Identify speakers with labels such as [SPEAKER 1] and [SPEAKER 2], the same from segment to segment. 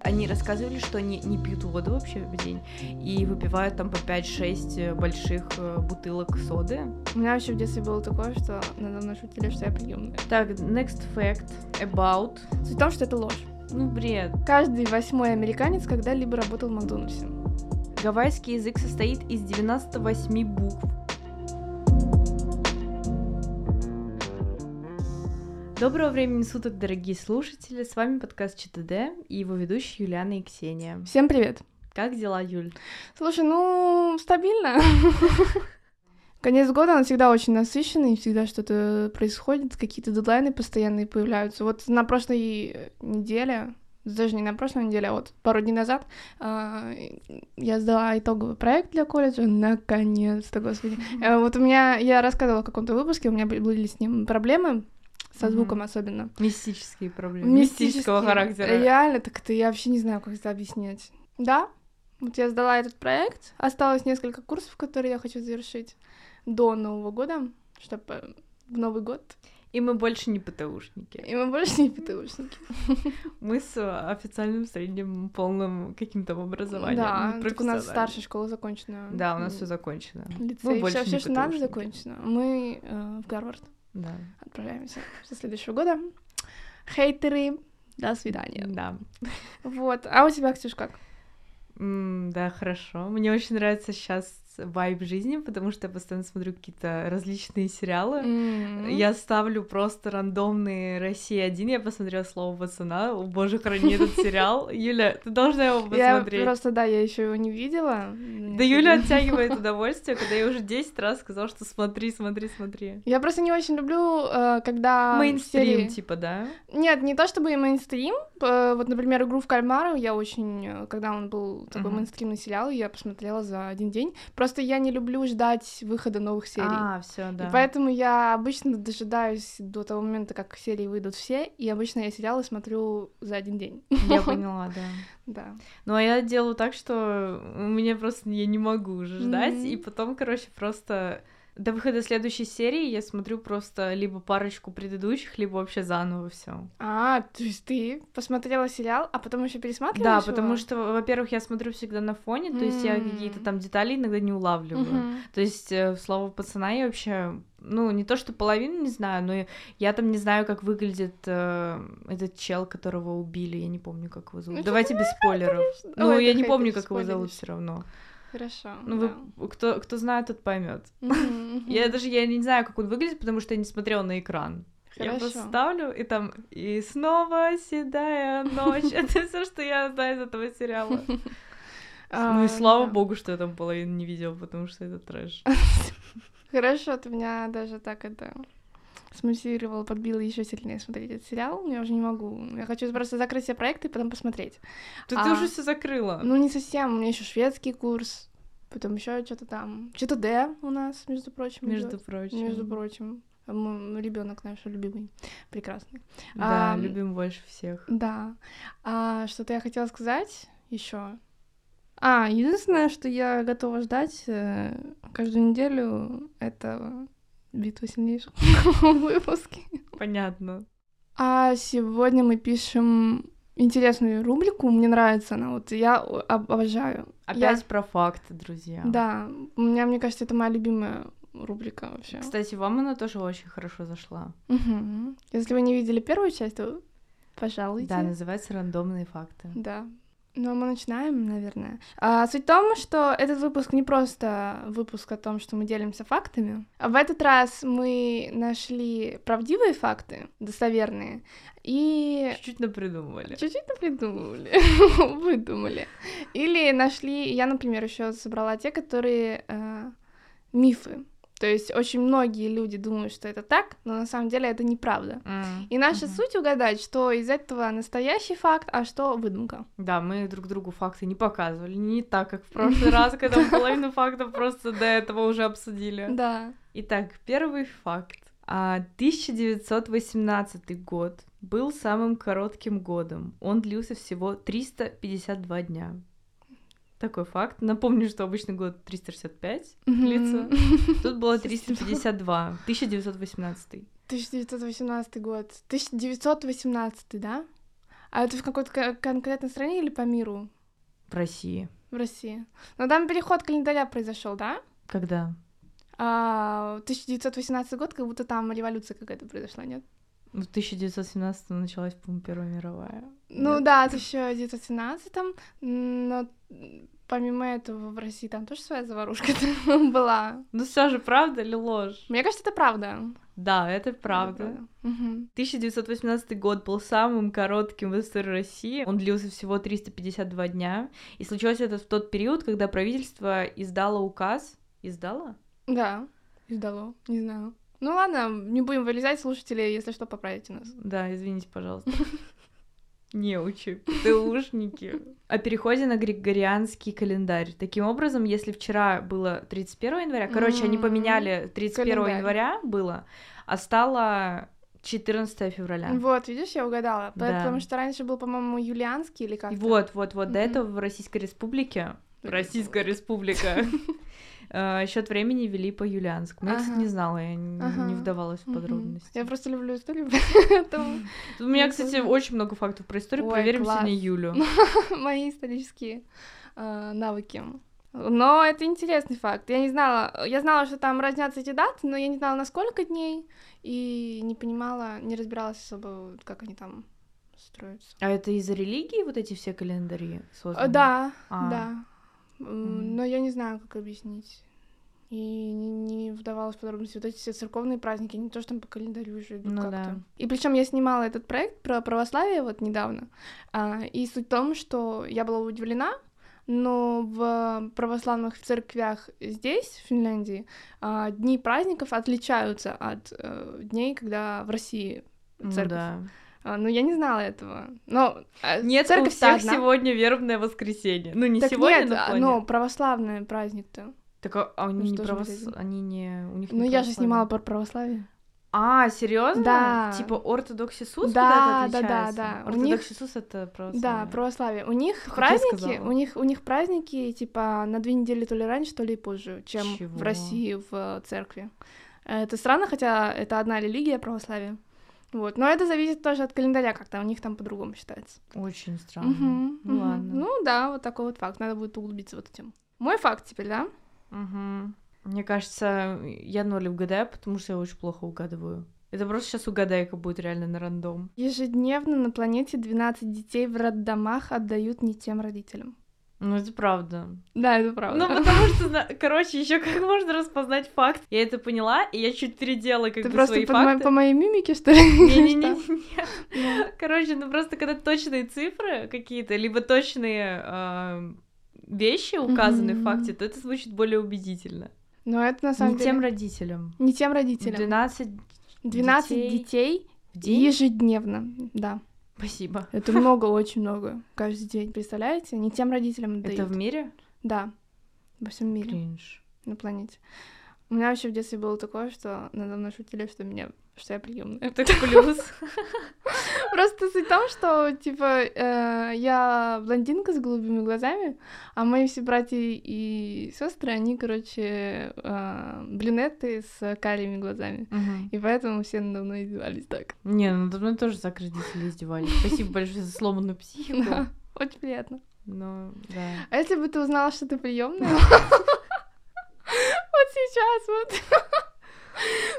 [SPEAKER 1] они рассказывали, что они не пьют воду вообще в день и выпивают там по 5-6 больших э, бутылок соды.
[SPEAKER 2] У меня вообще в детстве было такое, что надо мной шутили, что я приемная.
[SPEAKER 1] Так, next fact about...
[SPEAKER 2] Суть в том, что это ложь.
[SPEAKER 1] Ну, бред.
[SPEAKER 2] Каждый восьмой американец когда-либо работал в Макдональдсе.
[SPEAKER 1] Гавайский язык состоит из 98 букв. Доброго времени суток, дорогие слушатели! С вами подкаст ЧТД и его ведущие Юлиана и Ксения.
[SPEAKER 2] Всем привет.
[SPEAKER 1] Как дела, Юль?
[SPEAKER 2] Слушай, ну, стабильно. Конец года, он всегда очень насыщенный, всегда что-то происходит, какие-то дедлайны постоянные появляются. Вот на прошлой э, неделе, даже не на прошлой неделе, а вот пару дней назад а, я сдала итоговый проект для колледжа, наконец-то, господи. Э, Вот у меня, я рассказывала в каком-то выпуске, у меня были- были с ним проблемы, со
[SPEAKER 1] Мгм.
[SPEAKER 2] звуком особенно.
[SPEAKER 1] Мистические проблемы.
[SPEAKER 2] Мистические.
[SPEAKER 1] Мистического характера.
[SPEAKER 2] Реально, так это я вообще не знаю, как это объяснять. Да, вот я сдала этот проект, осталось несколько курсов, которые я хочу завершить до Нового года, чтобы в Новый год.
[SPEAKER 1] И мы больше не ПТУшники.
[SPEAKER 2] И мы больше не ПТУшники.
[SPEAKER 1] Мы с э, официальным средним полным каким-то образованием. Мы
[SPEAKER 2] Да, так у нас
[SPEAKER 1] профессиональные.
[SPEAKER 2] старшая школа закончена.
[SPEAKER 1] Да, у нас все закончено. Мы
[SPEAKER 2] Лицей,
[SPEAKER 1] больше
[SPEAKER 2] все,
[SPEAKER 1] не
[SPEAKER 2] что надо,
[SPEAKER 1] ПТУшники.
[SPEAKER 2] закончено. Мы э, в Гарвард
[SPEAKER 1] Да.
[SPEAKER 2] отправляемся со следующего года. Хейтеры, до свидания.
[SPEAKER 1] Да.
[SPEAKER 2] Вот, а у тебя, Ксюш, как?
[SPEAKER 1] М, да, хорошо. Мне очень нравится сейчас вайб жизни, потому что я постоянно смотрю какие-то различные сериалы. Я ставлю просто рандомные Россия 1. Я посмотрела слово пацана. О, боже, храни этот сериал. Юля, ты должна его
[SPEAKER 2] Я
[SPEAKER 1] посмотреть.
[SPEAKER 2] просто, да, я еще его не видела.
[SPEAKER 1] Да Юля оттягивает удовольствие, когда я уже 10 раз сказала, что смотри, смотри, смотри.
[SPEAKER 2] Я просто не очень люблю, э, когда...
[SPEAKER 1] Мейнстрим,
[SPEAKER 2] серии-
[SPEAKER 1] типа, да?
[SPEAKER 2] Нет, не то чтобы и мейнстрим. э, Вот, например, «Игру в кальмара» я очень... э, Когда он был такой
[SPEAKER 1] Мгм.
[SPEAKER 2] мейнстримный сериал, я посмотрела за один день. Просто я не люблю ждать выхода новых серий.
[SPEAKER 1] А, все,
[SPEAKER 2] И
[SPEAKER 1] да.
[SPEAKER 2] поэтому я обычно дожидаюсь до того момента, как серии выйдут все, и обычно я сериалы смотрю за один день.
[SPEAKER 1] Я поняла, да.
[SPEAKER 2] Да.
[SPEAKER 1] Ну, а я делаю так, что мне просто я не могу уже ждать,
[SPEAKER 2] Мгм.
[SPEAKER 1] и потом, короче, просто до выхода следующей серии я смотрю просто либо парочку предыдущих, либо вообще заново все.
[SPEAKER 2] А, то есть ты посмотрела сериал, а потом еще пересматриваешь
[SPEAKER 1] Да,
[SPEAKER 2] его?
[SPEAKER 1] потому что, во-первых, я смотрю всегда на фоне, то есть я
[SPEAKER 2] М.
[SPEAKER 1] какие-то там детали иногда не улавливаю.
[SPEAKER 2] Мгм.
[SPEAKER 1] То есть э, слово пацана я вообще, ну, не то что половину не знаю, но и- я там не знаю, как выглядит э, этот чел, которего убили, я не помню, как его зовут.
[SPEAKER 2] Ну,
[SPEAKER 1] Давайте без спойлеров. Ну,
[SPEAKER 2] Ой,
[SPEAKER 1] я
[SPEAKER 2] ты
[SPEAKER 1] не
[SPEAKER 2] хай,
[SPEAKER 1] помню,
[SPEAKER 2] ты
[SPEAKER 1] как его зовут
[SPEAKER 2] спойлеришь.
[SPEAKER 1] все равно.
[SPEAKER 2] Хорошо.
[SPEAKER 1] Ну,
[SPEAKER 2] да.
[SPEAKER 1] вы, кто, кто знает, тот поймет.
[SPEAKER 2] Мгм, мгм.
[SPEAKER 1] Я даже я не знаю, как он выглядит, потому что я не смотрела на экран. Я просто
[SPEAKER 2] Хорошо.
[SPEAKER 1] ставлю, и там и снова седая ночь. Это все, что я знаю из этого сериала. Ну и
[SPEAKER 2] А,
[SPEAKER 1] слава
[SPEAKER 2] да.
[SPEAKER 1] богу, что я там половину не видела, потому что это трэш.
[SPEAKER 2] Хорошо, ты меня даже так это смотивировала, подбила еще сильнее смотреть этот сериал. Я уже не могу. Я хочу просто закрыть все проекты и потом посмотреть.
[SPEAKER 1] Ты
[SPEAKER 2] А.
[SPEAKER 1] ты уже все закрыла.
[SPEAKER 2] Ну, не совсем. У меня еще шведский курс, потом еще что-то там. Что-то Д у нас, между прочим.
[SPEAKER 1] Между
[SPEAKER 2] идёт.
[SPEAKER 1] прочим.
[SPEAKER 2] Между прочим. Ребенок наш любимый, прекрасный.
[SPEAKER 1] Да,
[SPEAKER 2] Ам.
[SPEAKER 1] любим больше всех.
[SPEAKER 2] Да. А, что-то я хотела сказать еще. А, единственное, что я готова ждать э, каждую неделю, это битва сильнейших выпуски.
[SPEAKER 1] Понятно.
[SPEAKER 2] А сегодня мы пишем интересную рубрику. Мне нравится она. Вот я о- об- обожаю.
[SPEAKER 1] Опять про факты, друзья.
[SPEAKER 2] Да. У меня, мне кажется, это моя любимая рубрика вообще.
[SPEAKER 1] Кстати, вам она тоже очень хорошо зашла.
[SPEAKER 2] Мгм. Если вы не видели первую часть, то пожалуйте.
[SPEAKER 1] Да, называется рандомные факты.
[SPEAKER 2] Да. Ну, а мы начинаем, наверное. А, суть в том, что этот выпуск не просто выпуск о том, что мы делимся фактами. А в этот раз мы нашли правдивые факты, достоверные, и
[SPEAKER 1] Чуть-чуть напридумывали.
[SPEAKER 2] чуть-чуть придумали, выдумали. Или нашли, я, например, еще собрала те, которые э, мифы. То есть очень многие люди думают, что это так, но на самом деле это неправда.
[SPEAKER 1] М.
[SPEAKER 2] И наша
[SPEAKER 1] Мгм.
[SPEAKER 2] суть угадать, что из этого настоящий факт, а что выдумка.
[SPEAKER 1] Да, мы друг другу факты не показывали, не так, как в прошлый раз, когда мы половину фактов просто до этого уже обсудили.
[SPEAKER 2] Да.
[SPEAKER 1] Итак, первый факт. А, 1918 год был самым коротким годом. Он длился всего 352 дня. Такой факт. Напомню, что обычный год 365 длится. Тут было 352. 1918.
[SPEAKER 2] 1918 год. 1918, да? А это в какой-то кон- конкретной стране или по миру?
[SPEAKER 1] В России.
[SPEAKER 2] В России. Но там переход календаря произошел, да?
[SPEAKER 1] Когда?
[SPEAKER 2] А, 1918 год, как будто там революция какая-то произошла, нет?
[SPEAKER 1] Ну, в 1917 началась, по-моему, Первая мировая.
[SPEAKER 2] Ну
[SPEAKER 1] Нет?
[SPEAKER 2] да, в 1917 но м, помимо этого в России там тоже своя заварушка была.
[SPEAKER 1] Ну все же, правда или ложь?
[SPEAKER 2] Мне кажется, это правда.
[SPEAKER 1] Да, это правда.
[SPEAKER 2] Мгм.
[SPEAKER 1] 1918 год был самым коротким в истории России. Он длился всего 352 дня. И случилось это в тот период, когда правительство издало указ. Издало?
[SPEAKER 2] Да, издало, не знаю. Ну ладно, не будем вылезать, слушатели, если что, поправите нас.
[SPEAKER 1] Да, извините, пожалуйста. Неучи, ушники. О переходе на григорианский календарь. Таким образом, если вчера было 31 января, короче, они
[SPEAKER 2] М,
[SPEAKER 1] поменяли 31
[SPEAKER 2] календарь.
[SPEAKER 1] января было, а стало 14 февраля.
[SPEAKER 2] Вот, видишь, я угадала. П-
[SPEAKER 1] Да.
[SPEAKER 2] Потому что раньше был, по-моему, юлианский или как
[SPEAKER 1] Вот, вот, вот. До
[SPEAKER 2] Мгм.
[SPEAKER 1] этого в Российской Республике Российская Республика. Счет времени вели по юлианскому. Я, кстати,
[SPEAKER 2] Ага.
[SPEAKER 1] не знала, я н- не
[SPEAKER 2] Ага.
[SPEAKER 1] вдавалась в
[SPEAKER 2] Я
[SPEAKER 1] подробности.
[SPEAKER 2] просто люблю историю, поэтому
[SPEAKER 1] У меня,
[SPEAKER 2] не
[SPEAKER 1] кстати,
[SPEAKER 2] знала.
[SPEAKER 1] очень много фактов про историю.
[SPEAKER 2] Ой,
[SPEAKER 1] Проверим
[SPEAKER 2] класс.
[SPEAKER 1] сегодня Юлю.
[SPEAKER 2] мои исторические э, навыки. Но это интересный факт. Я не знала, я знала, что там разнятся эти даты, но я не знала, на сколько дней, и не понимала, не разбиралась особо, как они там строятся.
[SPEAKER 1] А это из-за религии вот эти все календари
[SPEAKER 2] Э,
[SPEAKER 1] созданы?
[SPEAKER 2] Да,
[SPEAKER 1] А.
[SPEAKER 2] да.
[SPEAKER 1] Мгм.
[SPEAKER 2] М, Но я не знаю, как объяснить. И не, не вдавалась в подробности. Вот эти все церковные праздники, не то, что там по календарю уже идут
[SPEAKER 1] Ну
[SPEAKER 2] как-то.
[SPEAKER 1] да.
[SPEAKER 2] И причем я снимала этот проект про православие вот недавно. А, и суть в том, что я была удивлена, но в православных церквях здесь, в Финляндии, а, дни праздников отличаются от э, дней, когда в России
[SPEAKER 1] Ну
[SPEAKER 2] церковь.
[SPEAKER 1] да.
[SPEAKER 2] А, ну, я не знала этого. Но э,
[SPEAKER 1] Нет, у
[SPEAKER 2] церковь вся
[SPEAKER 1] всех
[SPEAKER 2] одна.
[SPEAKER 1] сегодня вербное воскресенье. Ну, не
[SPEAKER 2] так
[SPEAKER 1] сегодня,
[SPEAKER 2] нет,
[SPEAKER 1] но в
[SPEAKER 2] а,
[SPEAKER 1] плане-
[SPEAKER 2] но православный праздник-то.
[SPEAKER 1] Так а а они
[SPEAKER 2] Ну,
[SPEAKER 1] не
[SPEAKER 2] что же мы
[SPEAKER 1] правос-
[SPEAKER 2] здесь?
[SPEAKER 1] Они не... У них не
[SPEAKER 2] Ну, я же
[SPEAKER 1] православие.
[SPEAKER 2] снимала про православие.
[SPEAKER 1] А, серьезно?
[SPEAKER 2] Да.
[SPEAKER 1] Типа ортодоксисус
[SPEAKER 2] Да,
[SPEAKER 1] вот это
[SPEAKER 2] да, да,
[SPEAKER 1] отличается?
[SPEAKER 2] да. У них-
[SPEAKER 1] Ортодоксисус это православие.
[SPEAKER 2] Да, православие. У них
[SPEAKER 1] Как я
[SPEAKER 2] праздники,
[SPEAKER 1] сказала.
[SPEAKER 2] у них у них праздники типа на две недели то ли раньше, то ли позже, чем
[SPEAKER 1] Чего?
[SPEAKER 2] в России в э, церкви. Э, Это странно, хотя это одна религия православие. Вот, но это зависит тоже от календаря как-то, у них там по-другому считается.
[SPEAKER 1] Очень странно.
[SPEAKER 2] Мгм,
[SPEAKER 1] ну
[SPEAKER 2] мгм.
[SPEAKER 1] ладно.
[SPEAKER 2] Ну да, вот такой вот факт, надо будет углубиться в эту тему. Мой факт теперь, да?
[SPEAKER 1] Мгм. Мне кажется, я ноль угадаю, потому что я очень плохо угадываю. Это просто сейчас угадайка будет реально на рандом.
[SPEAKER 2] Ежедневно на планете 12 детей в роддомах отдают не тем родителям.
[SPEAKER 1] Ну, это правда.
[SPEAKER 2] Да, это правда.
[SPEAKER 1] Ну, потому что, зна- короче, еще как можно распознать факт. Я это поняла, и я чуть переделала как
[SPEAKER 2] Ты
[SPEAKER 1] бы
[SPEAKER 2] просто
[SPEAKER 1] свои
[SPEAKER 2] под мо-
[SPEAKER 1] факты.
[SPEAKER 2] по моей мимике, что ли?
[SPEAKER 1] Не-не-не. нет. Короче, ну просто когда точные цифры какие-то, либо точные эм, вещи указаны в
[SPEAKER 2] Мгм.
[SPEAKER 1] факте, то это звучит более убедительно.
[SPEAKER 2] Но это на самом
[SPEAKER 1] Не
[SPEAKER 2] деле...
[SPEAKER 1] тем родителям.
[SPEAKER 2] Не тем родителям.
[SPEAKER 1] 12
[SPEAKER 2] 12
[SPEAKER 1] детей
[SPEAKER 2] детей
[SPEAKER 1] в день?
[SPEAKER 2] ежедневно. Да.
[SPEAKER 1] Спасибо.
[SPEAKER 2] Это много, очень много. Каждый день, представляете? Не тем родителям
[SPEAKER 1] Это в
[SPEAKER 2] отдают.
[SPEAKER 1] мире?
[SPEAKER 2] Да. Во всем мире,
[SPEAKER 1] Кринж.
[SPEAKER 2] на планете. У меня вообще в детстве было такое, что надо мной шутили, что меня что я приемная.
[SPEAKER 1] Это плюс.
[SPEAKER 2] Просто суть в том, что, типа, э, я блондинка с голубыми глазами, а мои все братья и сестры, они, короче, э, брюнеты с карими глазами.
[SPEAKER 1] Мгм.
[SPEAKER 2] И поэтому все надо мной издевались так.
[SPEAKER 1] Не, ну давно тоже так родители издевались. Спасибо большое за сломанную психику.
[SPEAKER 2] Да, Очень приятно.
[SPEAKER 1] Ну, да.
[SPEAKER 2] А если бы ты узнала, что ты приемная? Вот сейчас, вот.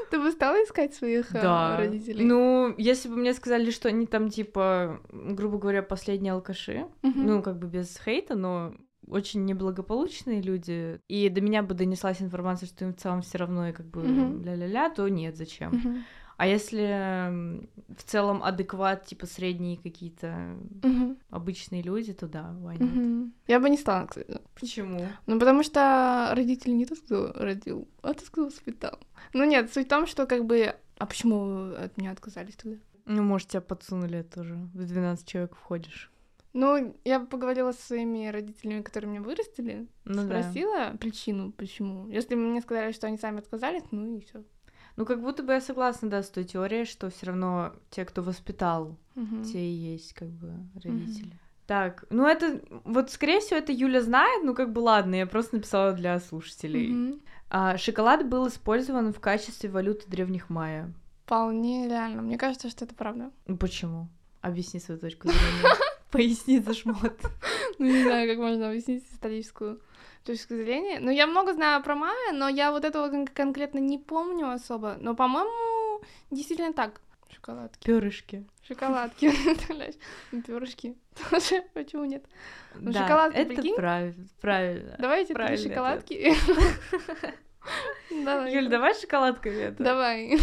[SPEAKER 2] Ты бы стала искать своих э, родителей?
[SPEAKER 1] Ну, если бы мне сказали, что они там, типа, грубо говоря, последние алкаши,
[SPEAKER 2] Мгм.
[SPEAKER 1] ну, как бы без хейта, но очень неблагополучные люди, и до меня бы донеслась информация, что им в целом все равно и как бы
[SPEAKER 2] Мгм.
[SPEAKER 1] ля-ля-ля, то нет, зачем.
[SPEAKER 2] Мгм.
[SPEAKER 1] А если м, в целом адекват, типа средние какие-то
[SPEAKER 2] Мгм.
[SPEAKER 1] обычные люди, то да, why not?
[SPEAKER 2] Мгм. Я бы не стала, кстати.
[SPEAKER 1] Почему?
[SPEAKER 2] Ну, потому что родители не тот, кто родил, а тот, кто воспитал. Ну, нет, суть в том, что как бы... А почему вы от меня отказались тогда?
[SPEAKER 1] Ну, может, тебя подсунули тоже. В 12 человек входишь.
[SPEAKER 2] Ну, я поговорила со своими родителями, которые меня вырастили,
[SPEAKER 1] Ну, да.
[SPEAKER 2] спросила причину, почему. Если бы мне сказали, что они сами отказались, ну и все.
[SPEAKER 1] Ну, как будто бы я согласна, да, с той теорией, что все равно те, кто воспитал, те и есть, как бы, родители. Так, ну это, вот, скорее всего, это Юля знает, ну как бы ладно, я просто написала для слушателей.
[SPEAKER 2] Мгм.
[SPEAKER 1] А, шоколад был использован в качестве валюты древних майя.
[SPEAKER 2] Вполне реально. Мне кажется, что это правда.
[SPEAKER 1] Ну, Почему? Объясни свою точку зрения. Поясни за шмот.
[SPEAKER 2] Ну, не знаю, как можно объяснить историческую точку зрения. Ну, я много знаю про Майя, но я вот этого кон- конкретно не помню особо. Но, по-моему, действительно так. Шоколадки.
[SPEAKER 1] Перышки.
[SPEAKER 2] Шоколадки. представляешь? Пёрышки. Тоже, почему нет? Ну,
[SPEAKER 1] Да,
[SPEAKER 2] шоколадки,
[SPEAKER 1] это
[SPEAKER 2] прикинь?
[SPEAKER 1] прав- правильно.
[SPEAKER 2] Давайте три
[SPEAKER 1] Правильный
[SPEAKER 2] шоколадки. Давай.
[SPEAKER 1] Юль, давай шоколадками это.
[SPEAKER 2] Давай.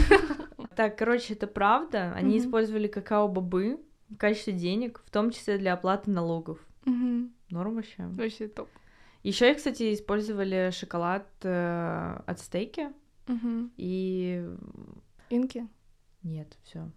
[SPEAKER 1] Так, короче, это правда. Они
[SPEAKER 2] Мгм.
[SPEAKER 1] использовали какао-бобы в качестве денег, в том числе для оплаты налогов.
[SPEAKER 2] Мгм.
[SPEAKER 1] Норм вообще.
[SPEAKER 2] Вообще топ.
[SPEAKER 1] Еще, кстати, использовали шоколад э, от стейки
[SPEAKER 2] Мгм.
[SPEAKER 1] и
[SPEAKER 2] Инки.
[SPEAKER 1] нет, все.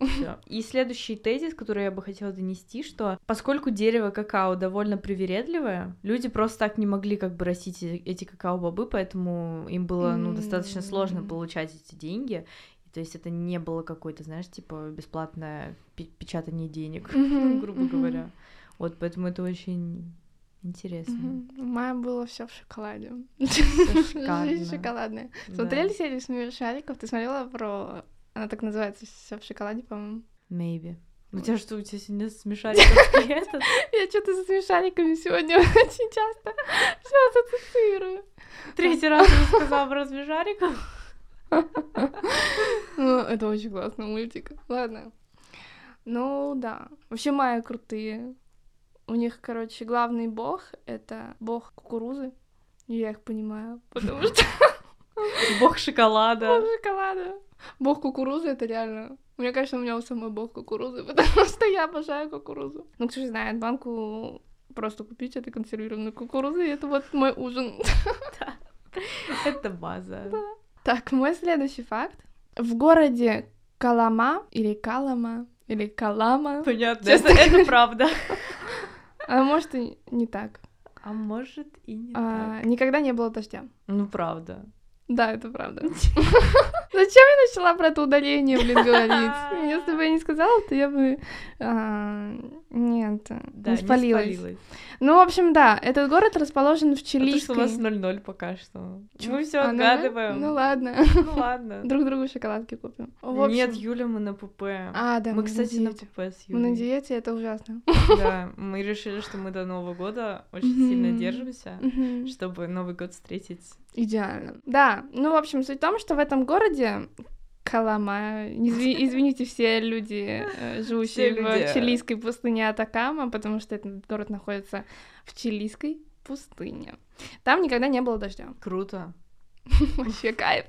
[SPEAKER 2] Всё.
[SPEAKER 1] И следующий тезис, который я бы хотела донести, что поскольку дерево какао довольно привередливое, люди просто так не могли как бы растить э- эти какао-бобы, поэтому им было ну, достаточно сложно
[SPEAKER 2] М.
[SPEAKER 1] получать эти деньги. И То есть это не было какое-то, знаешь, типа бесплатное пе- печатание денег,
[SPEAKER 2] Мгм,
[SPEAKER 1] грубо
[SPEAKER 2] мгм.
[SPEAKER 1] говоря. Вот, поэтому это очень интересно.
[SPEAKER 2] Мгм. У Майя было все в шоколаде.
[SPEAKER 1] шикарно.
[SPEAKER 2] Жизнь шоколадная.
[SPEAKER 1] Да.
[SPEAKER 2] Смотрели серию «Смешариков»? Ты смотрела про... Она так называется, все в шоколаде, по-моему.
[SPEAKER 1] Maybe. У тебя что, Ну, у тебя сегодня смешали как этот?
[SPEAKER 2] Я что-то со смешариками сегодня очень часто все ассоциирую.
[SPEAKER 1] Третий раз уже сказала про смешариков.
[SPEAKER 2] Ну, Это очень классный мультик. Ладно. Ну, да. Вообще, майя крутые. У них, короче, главный бог — это бог кукурузы. И Я их понимаю, потому что
[SPEAKER 1] Бог шоколада.
[SPEAKER 2] бог шоколада. Бог кукурузы — это реально... Мне кажется, у меня у самой бог кукурузы, потому что я обожаю кукурузу. Ну, кто же знает, банку просто купить этой консервированной кукурузы, и это вот мой ужин.
[SPEAKER 1] Это база.
[SPEAKER 2] Так, мой следующий факт. В городе Калама или Калама или Калама,
[SPEAKER 1] Понятно.
[SPEAKER 2] Честно
[SPEAKER 1] Это это правда.
[SPEAKER 2] а может и не так,
[SPEAKER 1] А может и не
[SPEAKER 2] А,
[SPEAKER 1] так.
[SPEAKER 2] никогда не было дождя.
[SPEAKER 1] Ну, правда.
[SPEAKER 2] Да, это правда. Зачем я начала про это удаление, блин, говорить? Если бы я не сказала, то я бы... а, Нет,
[SPEAKER 1] Да,
[SPEAKER 2] не спалилась. Ну, в общем, да, этот город расположен в
[SPEAKER 1] А то, что у
[SPEAKER 2] Чилийской...
[SPEAKER 1] нас 0-0 пока что.
[SPEAKER 2] Чё?
[SPEAKER 1] Мы все
[SPEAKER 2] А, ну,
[SPEAKER 1] отгадываем.
[SPEAKER 2] Ну ладно,
[SPEAKER 1] Ну, ладно.
[SPEAKER 2] друг другу шоколадки купим. В общем-
[SPEAKER 1] Нет, Юля, мы на ПП.
[SPEAKER 2] А, да,
[SPEAKER 1] Мы,
[SPEAKER 2] на
[SPEAKER 1] кстати, на
[SPEAKER 2] диете.
[SPEAKER 1] ПП с
[SPEAKER 2] Мы на
[SPEAKER 1] Юлей.
[SPEAKER 2] диете, это ужасно.
[SPEAKER 1] Да, мы решили, что мы до Нового года очень
[SPEAKER 2] Мгм.
[SPEAKER 1] сильно держимся,
[SPEAKER 2] Мгм.
[SPEAKER 1] чтобы Новый год встретить.
[SPEAKER 2] Идеально. Да, ну, в общем, суть в том, что в этом городе Калама, изви- извините, все люди, э, живущие
[SPEAKER 1] Все
[SPEAKER 2] в
[SPEAKER 1] люди.
[SPEAKER 2] чилийской пустыне Атакама, потому что этот город находится в чилийской пустыне. Там никогда не было дождя.
[SPEAKER 1] Круто.
[SPEAKER 2] Вообще кайф.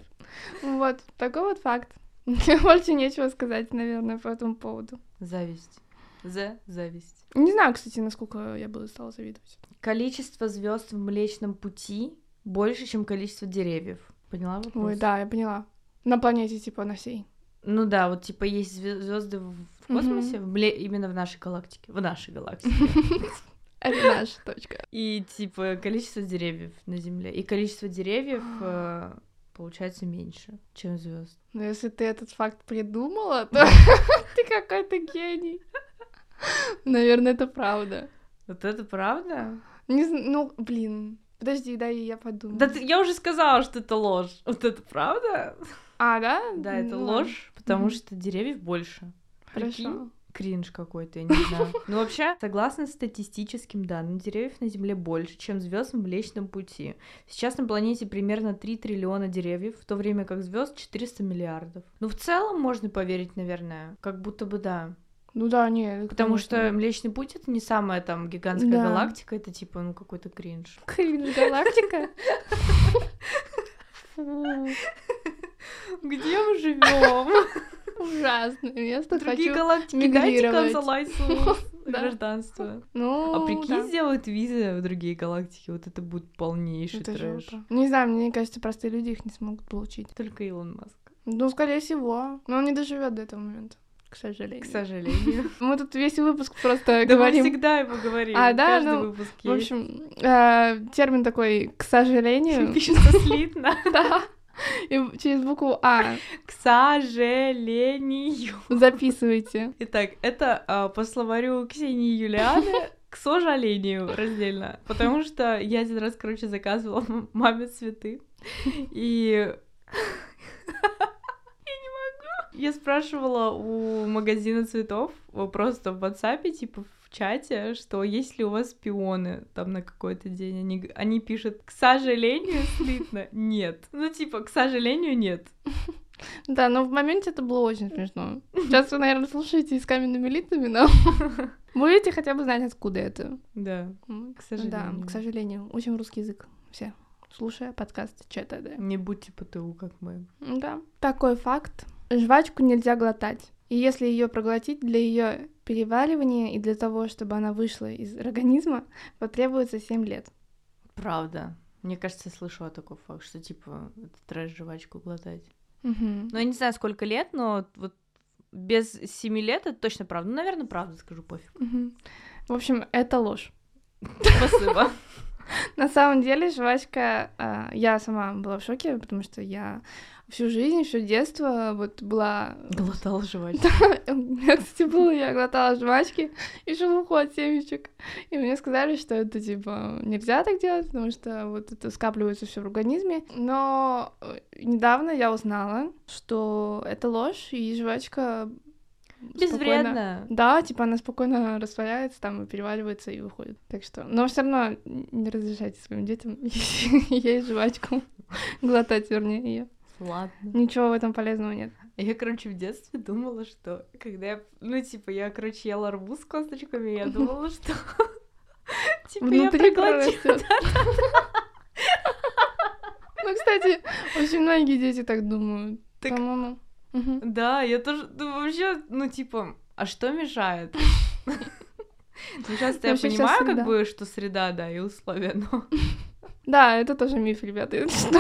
[SPEAKER 2] Вот, такой вот факт. Больше нечего сказать, наверное, по этому поводу.
[SPEAKER 1] Зависть. За зависть.
[SPEAKER 2] Не знаю, кстати, насколько я бы стала завидовать.
[SPEAKER 1] Количество звезд в Млечном Пути больше, чем количество деревьев. Поняла вопрос?
[SPEAKER 2] Ой, да, я поняла. На планете, типа, на всей.
[SPEAKER 1] Ну да, вот типа есть звезды в в
[SPEAKER 2] Мгм.
[SPEAKER 1] космосе, в мле- именно в нашей галактике, в нашей галактике.
[SPEAKER 2] Это наша точка.
[SPEAKER 1] И типа количество деревьев на Земле. И количество деревьев э, получается меньше, чем звезд.
[SPEAKER 2] Но если ты этот факт придумала, то ты какой-то гений. Наверное, это правда.
[SPEAKER 1] Вот это правда?
[SPEAKER 2] Не зн- ну, блин. Подожди, дай я подумаю.
[SPEAKER 1] Да ты- я уже сказала, что это ложь. Вот это правда?
[SPEAKER 2] А, да?
[SPEAKER 1] Да, это
[SPEAKER 2] Ну ладно.
[SPEAKER 1] ложь, потому
[SPEAKER 2] Мгм.
[SPEAKER 1] что деревьев больше. Прикинь?
[SPEAKER 2] Хорошо.
[SPEAKER 1] кринж какой-то, я не знаю. Ну, вообще, согласно статистическим данным, деревьев на Земле больше, чем звезд в Млечном Пути. Сейчас на планете примерно 3 триллиона деревьев, в то время как звезд 400 миллиардов. Ну, в целом можно поверить, наверное, как будто бы да.
[SPEAKER 2] Ну да, не.
[SPEAKER 1] Потому что Млечный Путь — это не самая там гигантская
[SPEAKER 2] Да.
[SPEAKER 1] галактика, это типа, ну, какой-то кринж.
[SPEAKER 2] Кринж галактика. Фу,
[SPEAKER 1] Где мы живем?
[SPEAKER 2] Ужасное место.
[SPEAKER 1] Другие
[SPEAKER 2] хочу.
[SPEAKER 1] галактики, дайте
[SPEAKER 2] мигрировать.
[SPEAKER 1] консолайсу
[SPEAKER 2] Да.
[SPEAKER 1] гражданство.
[SPEAKER 2] Ну,
[SPEAKER 1] А прикинь,
[SPEAKER 2] да.
[SPEAKER 1] сделают визы в другие галактики, вот это будет полнейший
[SPEAKER 2] Это
[SPEAKER 1] трэш.
[SPEAKER 2] жопа. Не знаю, мне кажется, простые люди их не смогут получить.
[SPEAKER 1] Только Илон Маск.
[SPEAKER 2] Ну, скорее всего. Но он не доживет до этого момента, к сожалению.
[SPEAKER 1] К сожалению.
[SPEAKER 2] Мы тут весь выпуск просто
[SPEAKER 1] Да мы
[SPEAKER 2] говорим.
[SPEAKER 1] всегда его говорим.
[SPEAKER 2] А, да,
[SPEAKER 1] в каждом
[SPEAKER 2] ну,
[SPEAKER 1] выпуске.
[SPEAKER 2] В общем, э, термин такой «к сожалению».
[SPEAKER 1] пишется слитно.
[SPEAKER 2] Да. И через букву «а»
[SPEAKER 1] К сожалению.
[SPEAKER 2] записывайте.
[SPEAKER 1] Итак, это а, по словарю Ксении Юлианы к сожалению раздельно. Потому что я один раз, короче, заказывала м- маме цветы. И... Я не могу. Я спрашивала у магазина цветов о, просто в WhatsApp, типа в чате, что есть ли у вас пионы там на какой-то день. Они, г- они пишут, к сожалению, слитно, нет. Ну, типа, к сожалению, нет.
[SPEAKER 2] Да, но в моменте это было очень смешно. Сейчас вы, наверное, слушаете и с каменными лицами, но будете хотя бы знать, откуда это.
[SPEAKER 1] Да,
[SPEAKER 2] М,
[SPEAKER 1] к
[SPEAKER 2] Да,
[SPEAKER 1] сожалению.
[SPEAKER 2] к сожалению. Учим русский язык. Все. Слушая подкаст А ЧТД.
[SPEAKER 1] Не будьте ПТУ, как мы.
[SPEAKER 2] Да. Такой факт. Жвачку нельзя глотать. И если ее проглотить, для ее переваривания и для того, чтобы она вышла из организма, потребуется 7 лет.
[SPEAKER 1] Правда. Мне кажется, я слышала такой факт, что, типа, это трэш жвачку глотать.
[SPEAKER 2] Мгм.
[SPEAKER 1] Ну, я не знаю, сколько лет, но вот без семи лет это точно правда. Ну, наверное, правда, скажу, пофиг.
[SPEAKER 2] Мгм. В общем, это ложь.
[SPEAKER 1] Спасибо.
[SPEAKER 2] На самом деле жвачка, а, я сама была в шоке, потому что я всю жизнь, все детство вот была...
[SPEAKER 1] Глотал жвачку.
[SPEAKER 2] У меня, кстати, было, я глотала жвачки и шелуху от семечек. И мне сказали, что это, типа, нельзя так делать, потому что вот это скапливается все в организме. Но э, недавно я узнала, что это ложь, и жвачка спокойно-
[SPEAKER 1] Безвредно.
[SPEAKER 2] да, типа она спокойно растворяется, там и переваливается и выходит. Так что, но все равно не разрешайте своим детям есть жвачку, глотать, вернее, ее.
[SPEAKER 1] Ладно.
[SPEAKER 2] Ничего в этом полезного нет.
[SPEAKER 1] Я, короче, в детстве думала, что когда я... Ну, типа, я, короче, ела арбуз с косточками, я думала, что... Типа, я
[SPEAKER 2] Внутри
[SPEAKER 1] проглотила.
[SPEAKER 2] прорастет. Ну, кстати, очень многие дети так думают.
[SPEAKER 1] Так- Э.
[SPEAKER 2] По-моему. Мгм.
[SPEAKER 1] Да, я тоже... ну, Вообще, ну, типа, а что мешает? Ну, Сейчас-то я
[SPEAKER 2] Вообще сейчас
[SPEAKER 1] понимаю,
[SPEAKER 2] среда.
[SPEAKER 1] как бы, что среда, да, и условия, но...
[SPEAKER 2] Да, это тоже миф, ребята. если что.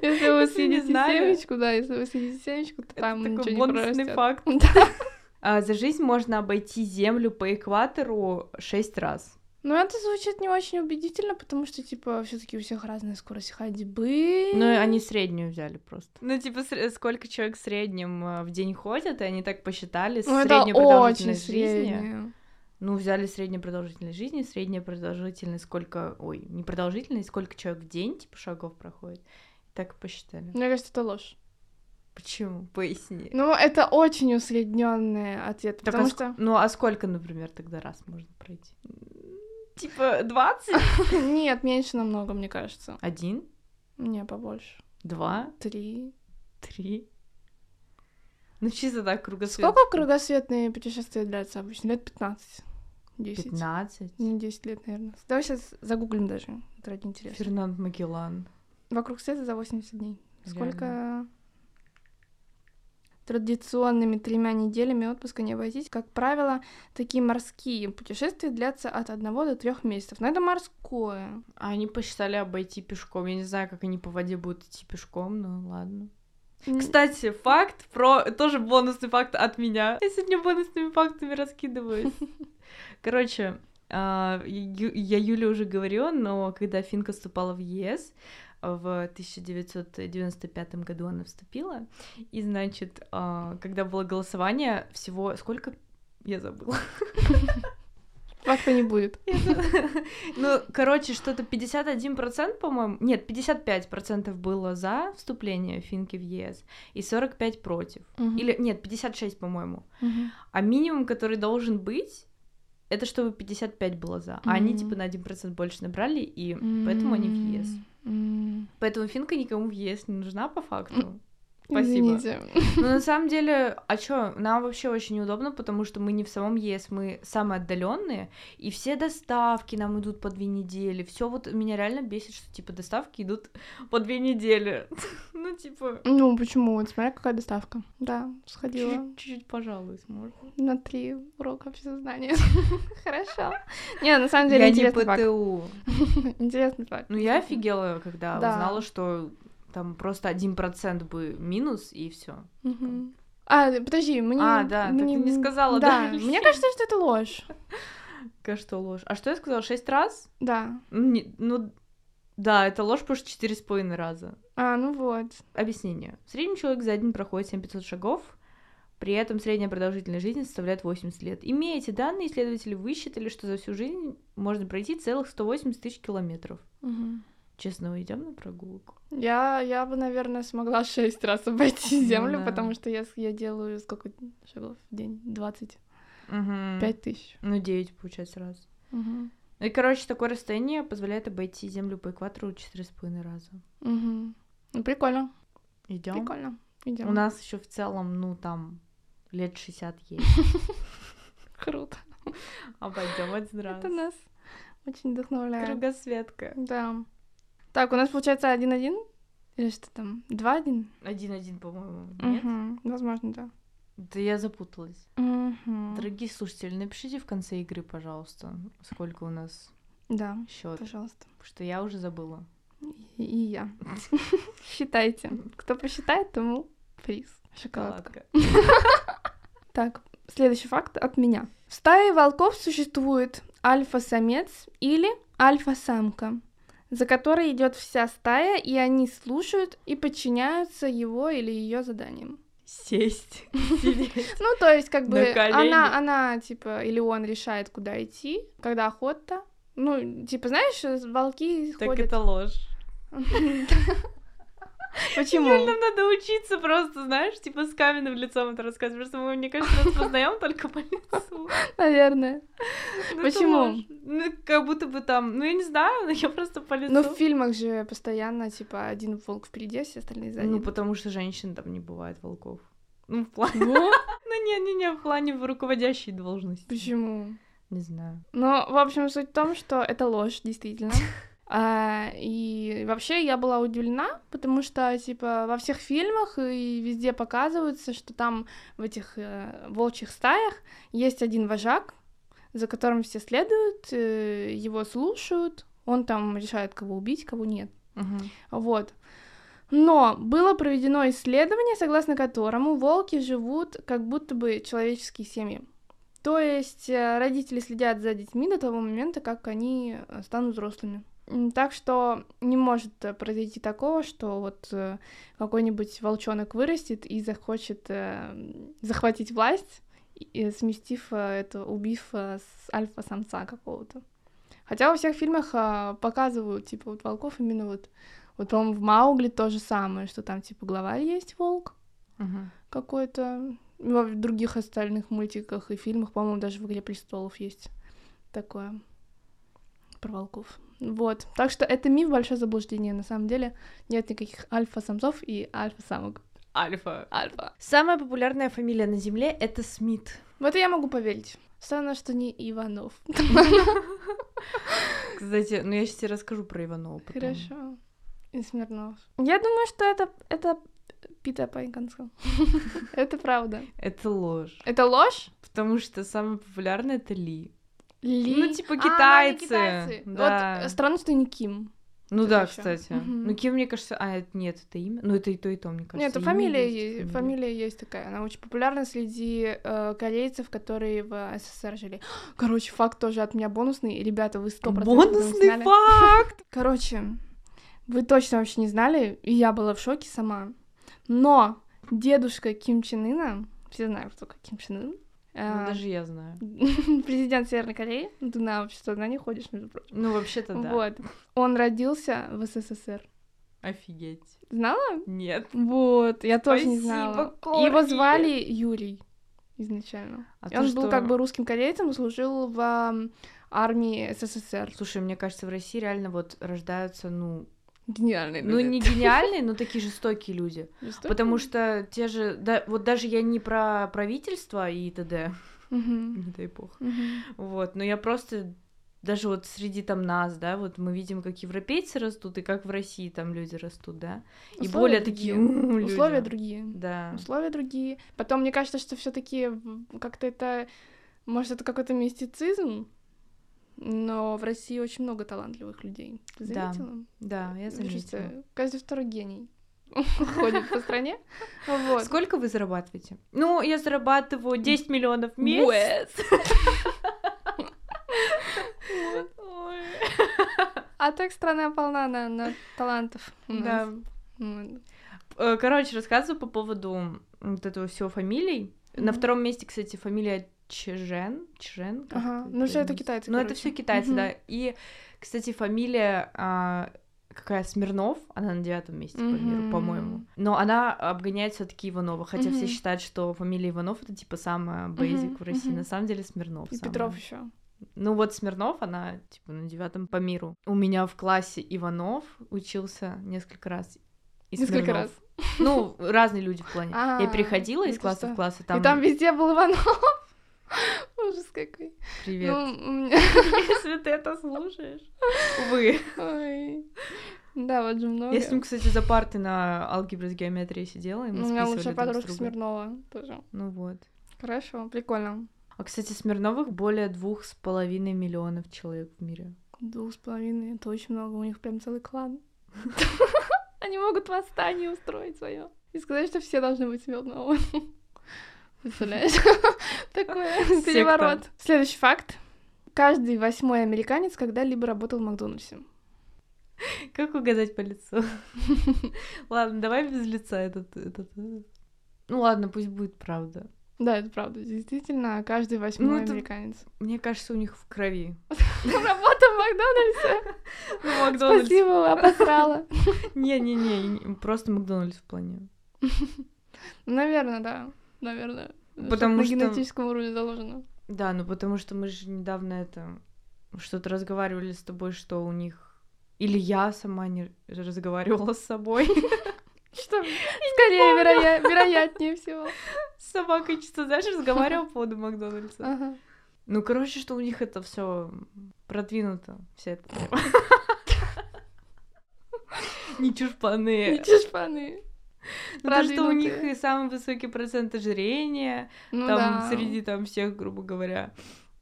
[SPEAKER 2] Если вы
[SPEAKER 1] Если не
[SPEAKER 2] съедите
[SPEAKER 1] знали.
[SPEAKER 2] семечку, да, если вы съедите семечку, то там
[SPEAKER 1] Это такой
[SPEAKER 2] ничего не
[SPEAKER 1] бонусный
[SPEAKER 2] прорастет.
[SPEAKER 1] факт.
[SPEAKER 2] Да.
[SPEAKER 1] А, за жизнь можно обойти Землю по экватору шесть раз.
[SPEAKER 2] Ну, это звучит не очень убедительно, потому что, типа, все таки у всех разная скорость ходьбы.
[SPEAKER 1] Ну, и они среднюю взяли просто. Ну, типа, сре- сколько человек в среднем э, в день ходят, и они так посчитали
[SPEAKER 2] Ну, это
[SPEAKER 1] среднюю
[SPEAKER 2] очень
[SPEAKER 1] продолжительность жизни.
[SPEAKER 2] средняя.
[SPEAKER 1] Ну, взяли среднюю продолжительность жизни, средняя продолжительность сколько... Ой, не продолжительность, сколько человек в день, типа, шагов проходит. Так и посчитали.
[SPEAKER 2] Мне кажется, это ложь.
[SPEAKER 1] Почему? Поясни.
[SPEAKER 2] Ну, это очень усредненный ответ,
[SPEAKER 1] Так,
[SPEAKER 2] потому
[SPEAKER 1] а ск-
[SPEAKER 2] что...
[SPEAKER 1] Ну, а сколько, например, тогда раз можно пройти? Типа, 20?
[SPEAKER 2] Нет, меньше намного, мне кажется.
[SPEAKER 1] Один,
[SPEAKER 2] Не, побольше.
[SPEAKER 1] два,
[SPEAKER 2] Три.
[SPEAKER 1] Три. Ну, чисто так, кругосвет.
[SPEAKER 2] Сколько кругосветные путешествия длятся обычно? Лет 15. 10.
[SPEAKER 1] 15.
[SPEAKER 2] Не, 10 лет, наверное. Давай сейчас загуглим даже, вот ради интереса.
[SPEAKER 1] Фернанд Магеллан.
[SPEAKER 2] Вокруг света за 80 дней. Сколько
[SPEAKER 1] Реально.
[SPEAKER 2] традиционными тремя неделями отпуска не обойтись. Как правило, такие морские путешествия длятся от одного до трех месяцев. Но это морское.
[SPEAKER 1] А они посчитали обойти пешком. Я не знаю, как они по воде будут идти пешком, но ладно.
[SPEAKER 2] М,
[SPEAKER 1] Кстати, факт про... Тоже бонусный факт от меня. Я сегодня бонусными фактами раскидываюсь. Короче, а, Ю- я Юле уже говорила, но когда Финка вступала в ЕС, в 1995 году она вступила, и, значит, а, когда было голосование, всего сколько... Я забыла.
[SPEAKER 2] Факта не будет.
[SPEAKER 1] Я забыла. Ну, короче, что-то 51%, по-моему... Нет, 55% было за вступление Финки в ЕС и 45% против. Или, нет, 56, по-моему.
[SPEAKER 2] Мгм.
[SPEAKER 1] А минимум, который должен быть, это чтобы 55 было за. А они
[SPEAKER 2] Мгм.
[SPEAKER 1] типа на 1% больше набрали, и поэтому они в ЕС.
[SPEAKER 2] М,
[SPEAKER 1] Поэтому финка никому в ЕС не нужна по факту. Спасибо.
[SPEAKER 2] Извините.
[SPEAKER 1] Но на самом деле, а чё, нам вообще очень удобно, потому что мы не в самом ЕС, мы самые отдаленные, и все доставки нам идут по две недели. Все вот меня реально бесит, что типа доставки идут по две недели. Ну, типа,
[SPEAKER 2] Ну, почему? Вот смотря какая доставка. Да, сходила.
[SPEAKER 1] чуть- чуть-чуть, пожалуйста, можно.
[SPEAKER 2] На три урока обществознания. Хорошо. Не, на самом деле
[SPEAKER 1] Я не
[SPEAKER 2] интересный факт.
[SPEAKER 1] ПТУ.
[SPEAKER 2] Интересный факт.
[SPEAKER 1] Ну, я офигела, когда
[SPEAKER 2] Да.
[SPEAKER 1] узнала, что там просто один процент бы минус, и все.
[SPEAKER 2] Мгм. А, подожди, мне...
[SPEAKER 1] А, да, так
[SPEAKER 2] мне-
[SPEAKER 1] ты не сказала,
[SPEAKER 2] да?
[SPEAKER 1] да,
[SPEAKER 2] мне кажется, что это ложь.
[SPEAKER 1] Что ложь? А что я сказала? Шесть раз?
[SPEAKER 2] Да.
[SPEAKER 1] Ну, не- ну, да, это ложь, потому что четыре с половиной раза.
[SPEAKER 2] А, ну вот.
[SPEAKER 1] Объяснение. Средний человек за день проходит 7500 шагов, при этом средняя продолжительность жизни составляет 80 лет. Имея эти данные, исследователи высчитали, что за всю жизнь можно пройти целых 180 тысяч километров. Честно, уйдем на прогулку.
[SPEAKER 2] Я, я бы, наверное, смогла шесть раз обойти
[SPEAKER 1] Ну
[SPEAKER 2] землю,
[SPEAKER 1] да.
[SPEAKER 2] потому что я, с- я делаю сколько шагов в день? 20.
[SPEAKER 1] Мгм.
[SPEAKER 2] 5 тысяч.
[SPEAKER 1] Ну, 9 получается раз.
[SPEAKER 2] Мгм.
[SPEAKER 1] Ну И, короче, такое расстояние позволяет обойти Землю по экватору четыре с половиной раза.
[SPEAKER 2] Мгм. Ну, прикольно.
[SPEAKER 1] Идем.
[SPEAKER 2] Прикольно.
[SPEAKER 1] У
[SPEAKER 2] Идем.
[SPEAKER 1] нас еще в целом, ну, там, лет 60 есть.
[SPEAKER 2] Круто.
[SPEAKER 1] Обойдем один раз.
[SPEAKER 2] Это нас очень вдохновляет.
[SPEAKER 1] Кругосветка.
[SPEAKER 2] Да. Так, у нас получается 1-1? Или что там? 2-1?
[SPEAKER 1] Один-один, по-моему, нет?
[SPEAKER 2] Мгм. Возможно, да.
[SPEAKER 1] Да я запуталась.
[SPEAKER 2] Мгм.
[SPEAKER 1] Дорогие слушатели, напишите в конце игры, пожалуйста, сколько у нас
[SPEAKER 2] Да,
[SPEAKER 1] счет.
[SPEAKER 2] пожалуйста.
[SPEAKER 1] Что я уже забыла.
[SPEAKER 2] И, и я. Считайте. Кто посчитает, тому приз. Шоколадка.
[SPEAKER 1] Шоколадка.
[SPEAKER 2] Так, следующий факт от меня. В стае волков существует альфа-самец или альфа-самка, за которой идет вся стая, и они слушают и подчиняются его или ее заданиям.
[SPEAKER 1] Сесть. сидеть.
[SPEAKER 2] Ну, то есть, как
[SPEAKER 1] На
[SPEAKER 2] бы,
[SPEAKER 1] колени.
[SPEAKER 2] она, она, типа, или он решает, куда идти, когда охота. Ну, типа, знаешь, волки
[SPEAKER 1] Так
[SPEAKER 2] ходят...
[SPEAKER 1] это ложь. Юль,
[SPEAKER 2] Почему?
[SPEAKER 1] нам надо учиться просто, знаешь, типа с каменным лицом это рассказываешь, потому что мы, мне кажется, распознаем только по лицу.
[SPEAKER 2] Наверное.
[SPEAKER 1] Ну, это
[SPEAKER 2] Почему?
[SPEAKER 1] ложь. Ну, как будто бы там, ну, я не знаю, но я просто по лицу.
[SPEAKER 2] Но Ну, в фильмах же постоянно, типа, один волк впереди, а все остальные сзади.
[SPEAKER 1] Ну, потому что женщин там не бывает волков. Ну, в плане... Ну, не-не-не, в плане в руководящей должности.
[SPEAKER 2] Почему?
[SPEAKER 1] Не знаю.
[SPEAKER 2] Ну, в общем, суть в том, что это ложь, действительно. А, и вообще я была удивлена, потому что, типа, во всех фильмах и везде показывается, что там в этих э, волчьих стаях есть один вожак, за которым все следуют, э, его слушают, он там решает, кого убить, кого нет. Вот. Но было проведено исследование, согласно которому волки живут как будто бы человеческие семьи. То есть э, родители следят за детьми до того момента, как они э, станут взрослыми. М, Так что не может э, произойти такого, что вот э, какой-нибудь волчонок вырастет и захочет э, м, захватить власть, и- э, сместив э, это, убив э, с альфа-самца какого-то. Хотя во всех фильмах э, показывают, типа, вот волков именно вот вот, по-моему, в Маугли то же самое, что там, типа, главарь есть волк
[SPEAKER 1] Мгм.
[SPEAKER 2] какой-то. Во в других остальных мультиках и фильмах, по-моему, даже в «Игре престолов» есть такое про волков. Вот. Так что это миф, большое заблуждение. На самом деле нет никаких альфа-самцов и альфа-самок.
[SPEAKER 1] Альфа.
[SPEAKER 2] Альфа.
[SPEAKER 1] Самая популярная фамилия на Земле — это Смит.
[SPEAKER 2] В это я могу поверить. Странно, что не Иванов.
[SPEAKER 1] Кстати, ну я сейчас тебе расскажу про Иванова потом.
[SPEAKER 2] Хорошо. И Смирнов. Я думаю, что это... Это Пита по Это правда.
[SPEAKER 1] Это ложь.
[SPEAKER 2] Это ложь?
[SPEAKER 1] Потому что самое популярное — это Ли.
[SPEAKER 2] Ли?
[SPEAKER 1] Ну, типа,
[SPEAKER 2] А,
[SPEAKER 1] китайцы.
[SPEAKER 2] китайцы.
[SPEAKER 1] Да.
[SPEAKER 2] Вот э, странно, что не Ким.
[SPEAKER 1] Ну
[SPEAKER 2] Кто-то
[SPEAKER 1] да,
[SPEAKER 2] ещё.
[SPEAKER 1] кстати.
[SPEAKER 2] Мгм.
[SPEAKER 1] Ну, Ким, мне кажется... А, это- нет, это имя. Ну, это и то, и то, мне кажется.
[SPEAKER 2] Нет,
[SPEAKER 1] имя
[SPEAKER 2] фамилия
[SPEAKER 1] есть,
[SPEAKER 2] есть, фамилия есть такая. Она очень популярна среди э, корейцев, которые в СССР жили. Короче, факт тоже от меня бонусный. Ребята, вы 100% не
[SPEAKER 1] Бонусный
[SPEAKER 2] знали.
[SPEAKER 1] факт!
[SPEAKER 2] Короче, вы точно вообще не знали, и я была в шоке сама. Но дедушка Ким Чен Ына, все знают, кто такой Ким Чен Ын,
[SPEAKER 1] Ну,
[SPEAKER 2] э,
[SPEAKER 1] даже я знаю.
[SPEAKER 2] президент Северной Кореи, Ну, ты на общество не ходишь, между прочим.
[SPEAKER 1] Ну, вообще-то да.
[SPEAKER 2] Вот. Он родился в СССР.
[SPEAKER 1] Офигеть.
[SPEAKER 2] Знала?
[SPEAKER 1] Нет.
[SPEAKER 2] Вот, я тоже не
[SPEAKER 1] Спасибо,
[SPEAKER 2] знала.
[SPEAKER 1] Кори.
[SPEAKER 2] Его звали Юрий изначально.
[SPEAKER 1] А
[SPEAKER 2] И
[SPEAKER 1] то,
[SPEAKER 2] он
[SPEAKER 1] что-
[SPEAKER 2] был как бы русским корейцем и служил в ам, армии СССР.
[SPEAKER 1] Слушай, мне кажется, в России реально вот рождаются, ну...
[SPEAKER 2] Гениальный.
[SPEAKER 1] Ну, не гениальные, но такие жестокие люди. Потому что те же... Да, вот даже я не про правительство и т.д. Не дай бог. Вот, но я просто даже вот среди там нас, да, вот мы видим, как европейцы растут и как в России там люди растут, да, и более такие «М, люди».
[SPEAKER 2] Условия другие.
[SPEAKER 1] Да.
[SPEAKER 2] Условия другие. Потом, мне кажется, что все таки как-то это... Может, это какой-то мистицизм, но в России очень много талантливых людей. Ты
[SPEAKER 1] Да.
[SPEAKER 2] заметила?
[SPEAKER 1] Да, я заметила.
[SPEAKER 2] Слушайте, каждый второй гений ходит по стране. Вот.
[SPEAKER 1] Сколько вы зарабатываете? Ну, я зарабатываю 10 миллионов в месяц.
[SPEAKER 2] Месяц.
[SPEAKER 1] Ой.
[SPEAKER 2] А так страна полна на, на талантов. у нас. Ну,
[SPEAKER 1] Да.
[SPEAKER 2] Вот.
[SPEAKER 1] Э, Короче, рассказываю по поводу вот этого всего фамилий. На
[SPEAKER 2] Мгм.
[SPEAKER 1] втором месте, кстати, фамилия Чжен. Чжен, как
[SPEAKER 2] Ага.
[SPEAKER 1] это
[SPEAKER 2] Ну все
[SPEAKER 1] произносится?
[SPEAKER 2] это китайцы.
[SPEAKER 1] Ну, это
[SPEAKER 2] короче.
[SPEAKER 1] все китайцы,
[SPEAKER 2] Мгм.
[SPEAKER 1] да. И, кстати, фамилия а, какая Смирнов, она на девятом месте по
[SPEAKER 2] Мгм.
[SPEAKER 1] миру, по-моему. Но она обгоняет все-таки Иванова, хотя
[SPEAKER 2] Мгм.
[SPEAKER 1] все считают, что фамилия Иванов это типа самая бейзик в России.
[SPEAKER 2] мгм.
[SPEAKER 1] На самом деле Смирнов.
[SPEAKER 2] И
[SPEAKER 1] самая.
[SPEAKER 2] Петров еще.
[SPEAKER 1] Ну вот Смирнов, она типа на девятом по миру. У меня в классе Иванов учился несколько раз. и
[SPEAKER 2] Несколько
[SPEAKER 1] Смирнов.
[SPEAKER 2] раз.
[SPEAKER 1] Ну, разные люди в плане.
[SPEAKER 2] А,
[SPEAKER 1] Я переходила из
[SPEAKER 2] это
[SPEAKER 1] класса
[SPEAKER 2] что?
[SPEAKER 1] в класс, и
[SPEAKER 2] И
[SPEAKER 1] там...
[SPEAKER 2] там везде был Иванов. Ужас какой.
[SPEAKER 1] Привет.
[SPEAKER 2] Ну, у меня-
[SPEAKER 1] Если ты это слушаешь.
[SPEAKER 2] ну,
[SPEAKER 1] Увы.
[SPEAKER 2] Ой. Да, вот же много.
[SPEAKER 1] Я с ним, кстати, за партой на алгебре с геометрией сидела, и
[SPEAKER 2] Ну, У
[SPEAKER 1] мы
[SPEAKER 2] меня
[SPEAKER 1] списывали друг
[SPEAKER 2] лучшая
[SPEAKER 1] с
[SPEAKER 2] подружка
[SPEAKER 1] другом.
[SPEAKER 2] Смирнова тоже.
[SPEAKER 1] Ну вот.
[SPEAKER 2] Хорошо, прикольно.
[SPEAKER 1] А, кстати, Смирновых более двух с половиной миллионов человек в мире.
[SPEAKER 2] Двух с половиной, это очень много, у них прям целый клан. Они могут восстание устроить свое. И сказать, что все должны быть Смирновы. Представляешь? Такой
[SPEAKER 1] Секта.
[SPEAKER 2] переворот. Следующий факт. Каждый восьмой американец когда-либо работал в Макдональдсе.
[SPEAKER 1] Как угадать по лицу? Ладно, давай без лица этот... этот, э. Ну ладно, пусть будет правда.
[SPEAKER 2] Да, это правда, действительно, каждый восьмой
[SPEAKER 1] это-
[SPEAKER 2] американец.
[SPEAKER 1] Мне кажется, у них в крови.
[SPEAKER 2] Работа в Макдональдсе.
[SPEAKER 1] Ну, Макдональдс.
[SPEAKER 2] Спасибо, обосрала.
[SPEAKER 1] Не-не-не, просто Макдональдс в плане.
[SPEAKER 2] Наверное, да. Наверное.
[SPEAKER 1] Потому
[SPEAKER 2] на
[SPEAKER 1] что-
[SPEAKER 2] генетическом уровне заложено.
[SPEAKER 1] Да, ну потому что мы же недавно это что-то разговаривали с тобой, что у них или я сама не разговаривала с собой.
[SPEAKER 2] Что? Скорее, вероя- вероятнее всего.
[SPEAKER 1] С собакой что знаешь, разговаривала по поводу Макдональдса.
[SPEAKER 2] Ага.
[SPEAKER 1] Ну, короче, что у них это все продвинуто, вся эта тема. Не чушпаны.
[SPEAKER 2] Эти шпаны.
[SPEAKER 1] Ну, то, что у них
[SPEAKER 2] продвинутые.
[SPEAKER 1] и самый высокий процент ожирения,
[SPEAKER 2] Ну
[SPEAKER 1] там
[SPEAKER 2] да.
[SPEAKER 1] среди там всех, грубо говоря.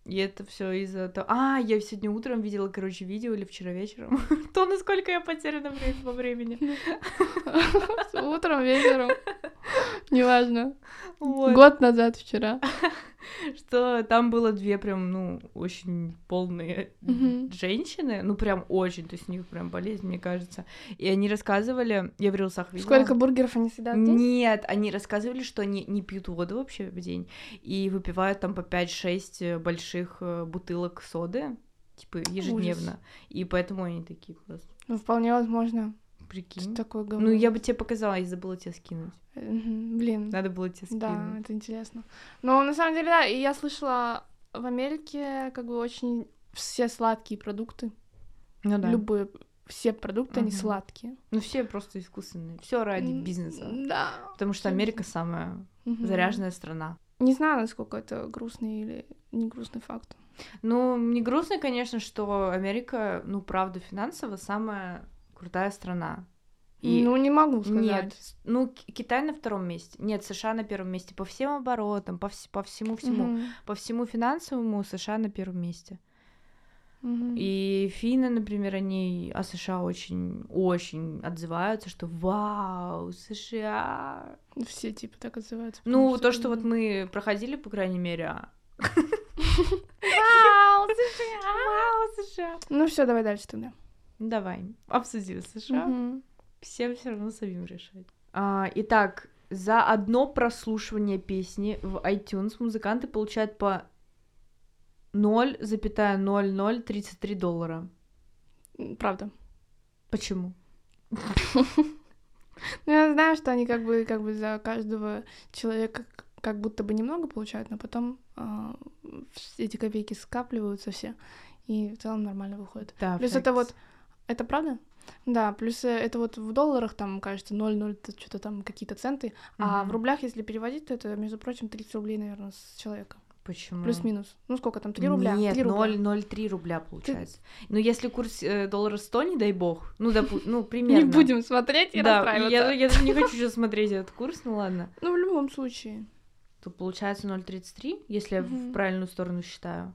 [SPEAKER 1] И это все из-за того. А, я сегодня утром видела, короче, видео или вчера вечером. То, насколько я потеряна вре- во времени.
[SPEAKER 2] Утром, вечером. Неважно.
[SPEAKER 1] Вот.
[SPEAKER 2] Год назад вчера.
[SPEAKER 1] Что там было две прям, ну, очень полные
[SPEAKER 2] Мгм.
[SPEAKER 1] женщины. Ну, прям очень. То есть у них прям болезнь, мне кажется. И они рассказывали, я в рилсах видела.
[SPEAKER 2] Сколько бургеров они всегда в день?
[SPEAKER 1] Нет, они рассказывали, что они не пьют воду вообще в день и выпивают там по 5-6 больших э, бутылок соды, типа ежедневно. И поэтому они такие просто,
[SPEAKER 2] Ну, вполне возможно. Что
[SPEAKER 1] прикинь.
[SPEAKER 2] такое говно? Э,
[SPEAKER 1] Ну, я бы тебе показала, я забыла тебя скинуть.
[SPEAKER 2] Мгм, Блин.
[SPEAKER 1] Надо было тебя
[SPEAKER 2] Да,
[SPEAKER 1] скинуть.
[SPEAKER 2] это интересно. Но на самом деле, да, и я слышала в Америке как бы очень все сладкие продукты.
[SPEAKER 1] Ну да.
[SPEAKER 2] Любые, все продукты, они
[SPEAKER 1] Мгм.
[SPEAKER 2] сладкие.
[SPEAKER 1] Ну все просто искусственные. Все ради
[SPEAKER 2] М,
[SPEAKER 1] бизнеса.
[SPEAKER 2] Да.
[SPEAKER 1] Потому что
[SPEAKER 2] всё
[SPEAKER 1] Америка самая
[SPEAKER 2] Мгм.
[SPEAKER 1] заряженная страна.
[SPEAKER 2] Не знаю, насколько это грустный или не грустный факт.
[SPEAKER 1] Ну, мне грустно, конечно, что Америка, ну, правда, финансово самая крутая страна. И
[SPEAKER 2] Ну, не могу сказать.
[SPEAKER 1] Нет, с- ну К- Китай на втором месте, нет, США на первом месте по всем оборотам, по, вс- по всему всему,
[SPEAKER 2] Мгм.
[SPEAKER 1] по всему финансовому США на первом месте.
[SPEAKER 2] Мгм.
[SPEAKER 1] И финны, например, они о США очень, очень отзываются, что вау, США.
[SPEAKER 2] Все типа так отзываются. потому
[SPEAKER 1] Ну то, что
[SPEAKER 2] как
[SPEAKER 1] вот
[SPEAKER 2] бы-
[SPEAKER 1] мы проходили, по крайней мере. а.
[SPEAKER 2] Вау,
[SPEAKER 1] Вау, США.
[SPEAKER 2] Ну все, давай дальше тогда.
[SPEAKER 1] Ну, Давай, обсудим США.
[SPEAKER 2] Мгм.
[SPEAKER 1] Всем все равно самим решать. А, итак, за одно прослушивание песни в iTunes музыканты получают по 0,0033 доллара.
[SPEAKER 2] М, Правда.
[SPEAKER 1] Почему?
[SPEAKER 2] Ну, я знаю, что они как бы, как бы за каждого человека к- как будто бы немного получают, но потом а, вс- эти копейки скапливаются все, и в целом нормально выходит.
[SPEAKER 1] Да,
[SPEAKER 2] Плюс это вот... Это правда? Да, плюс э, это вот в долларах там, кажется, 0,0, т- что-то там, какие-то центы, а в рублях, если переводить, то это, между прочим, 30 рублей, наверное, с человека.
[SPEAKER 1] Почему?
[SPEAKER 2] Плюс-минус. Ну, сколько там, 3 рубля?
[SPEAKER 1] Нет,
[SPEAKER 2] 3 рубля.
[SPEAKER 1] 0,03 рубля получается. Но если курс э, доллара 100, не дай бог, ну, допу- ну,
[SPEAKER 2] Не
[SPEAKER 1] примерно.
[SPEAKER 2] будем смотреть и
[SPEAKER 1] Да,
[SPEAKER 2] расстраиваться.
[SPEAKER 1] я, я даже не хочу сейчас смотреть этот курс, ну ладно.
[SPEAKER 2] Ну, в любом случае.
[SPEAKER 1] То получается 0,33, если я
[SPEAKER 2] Мгм.
[SPEAKER 1] в правильную сторону считаю.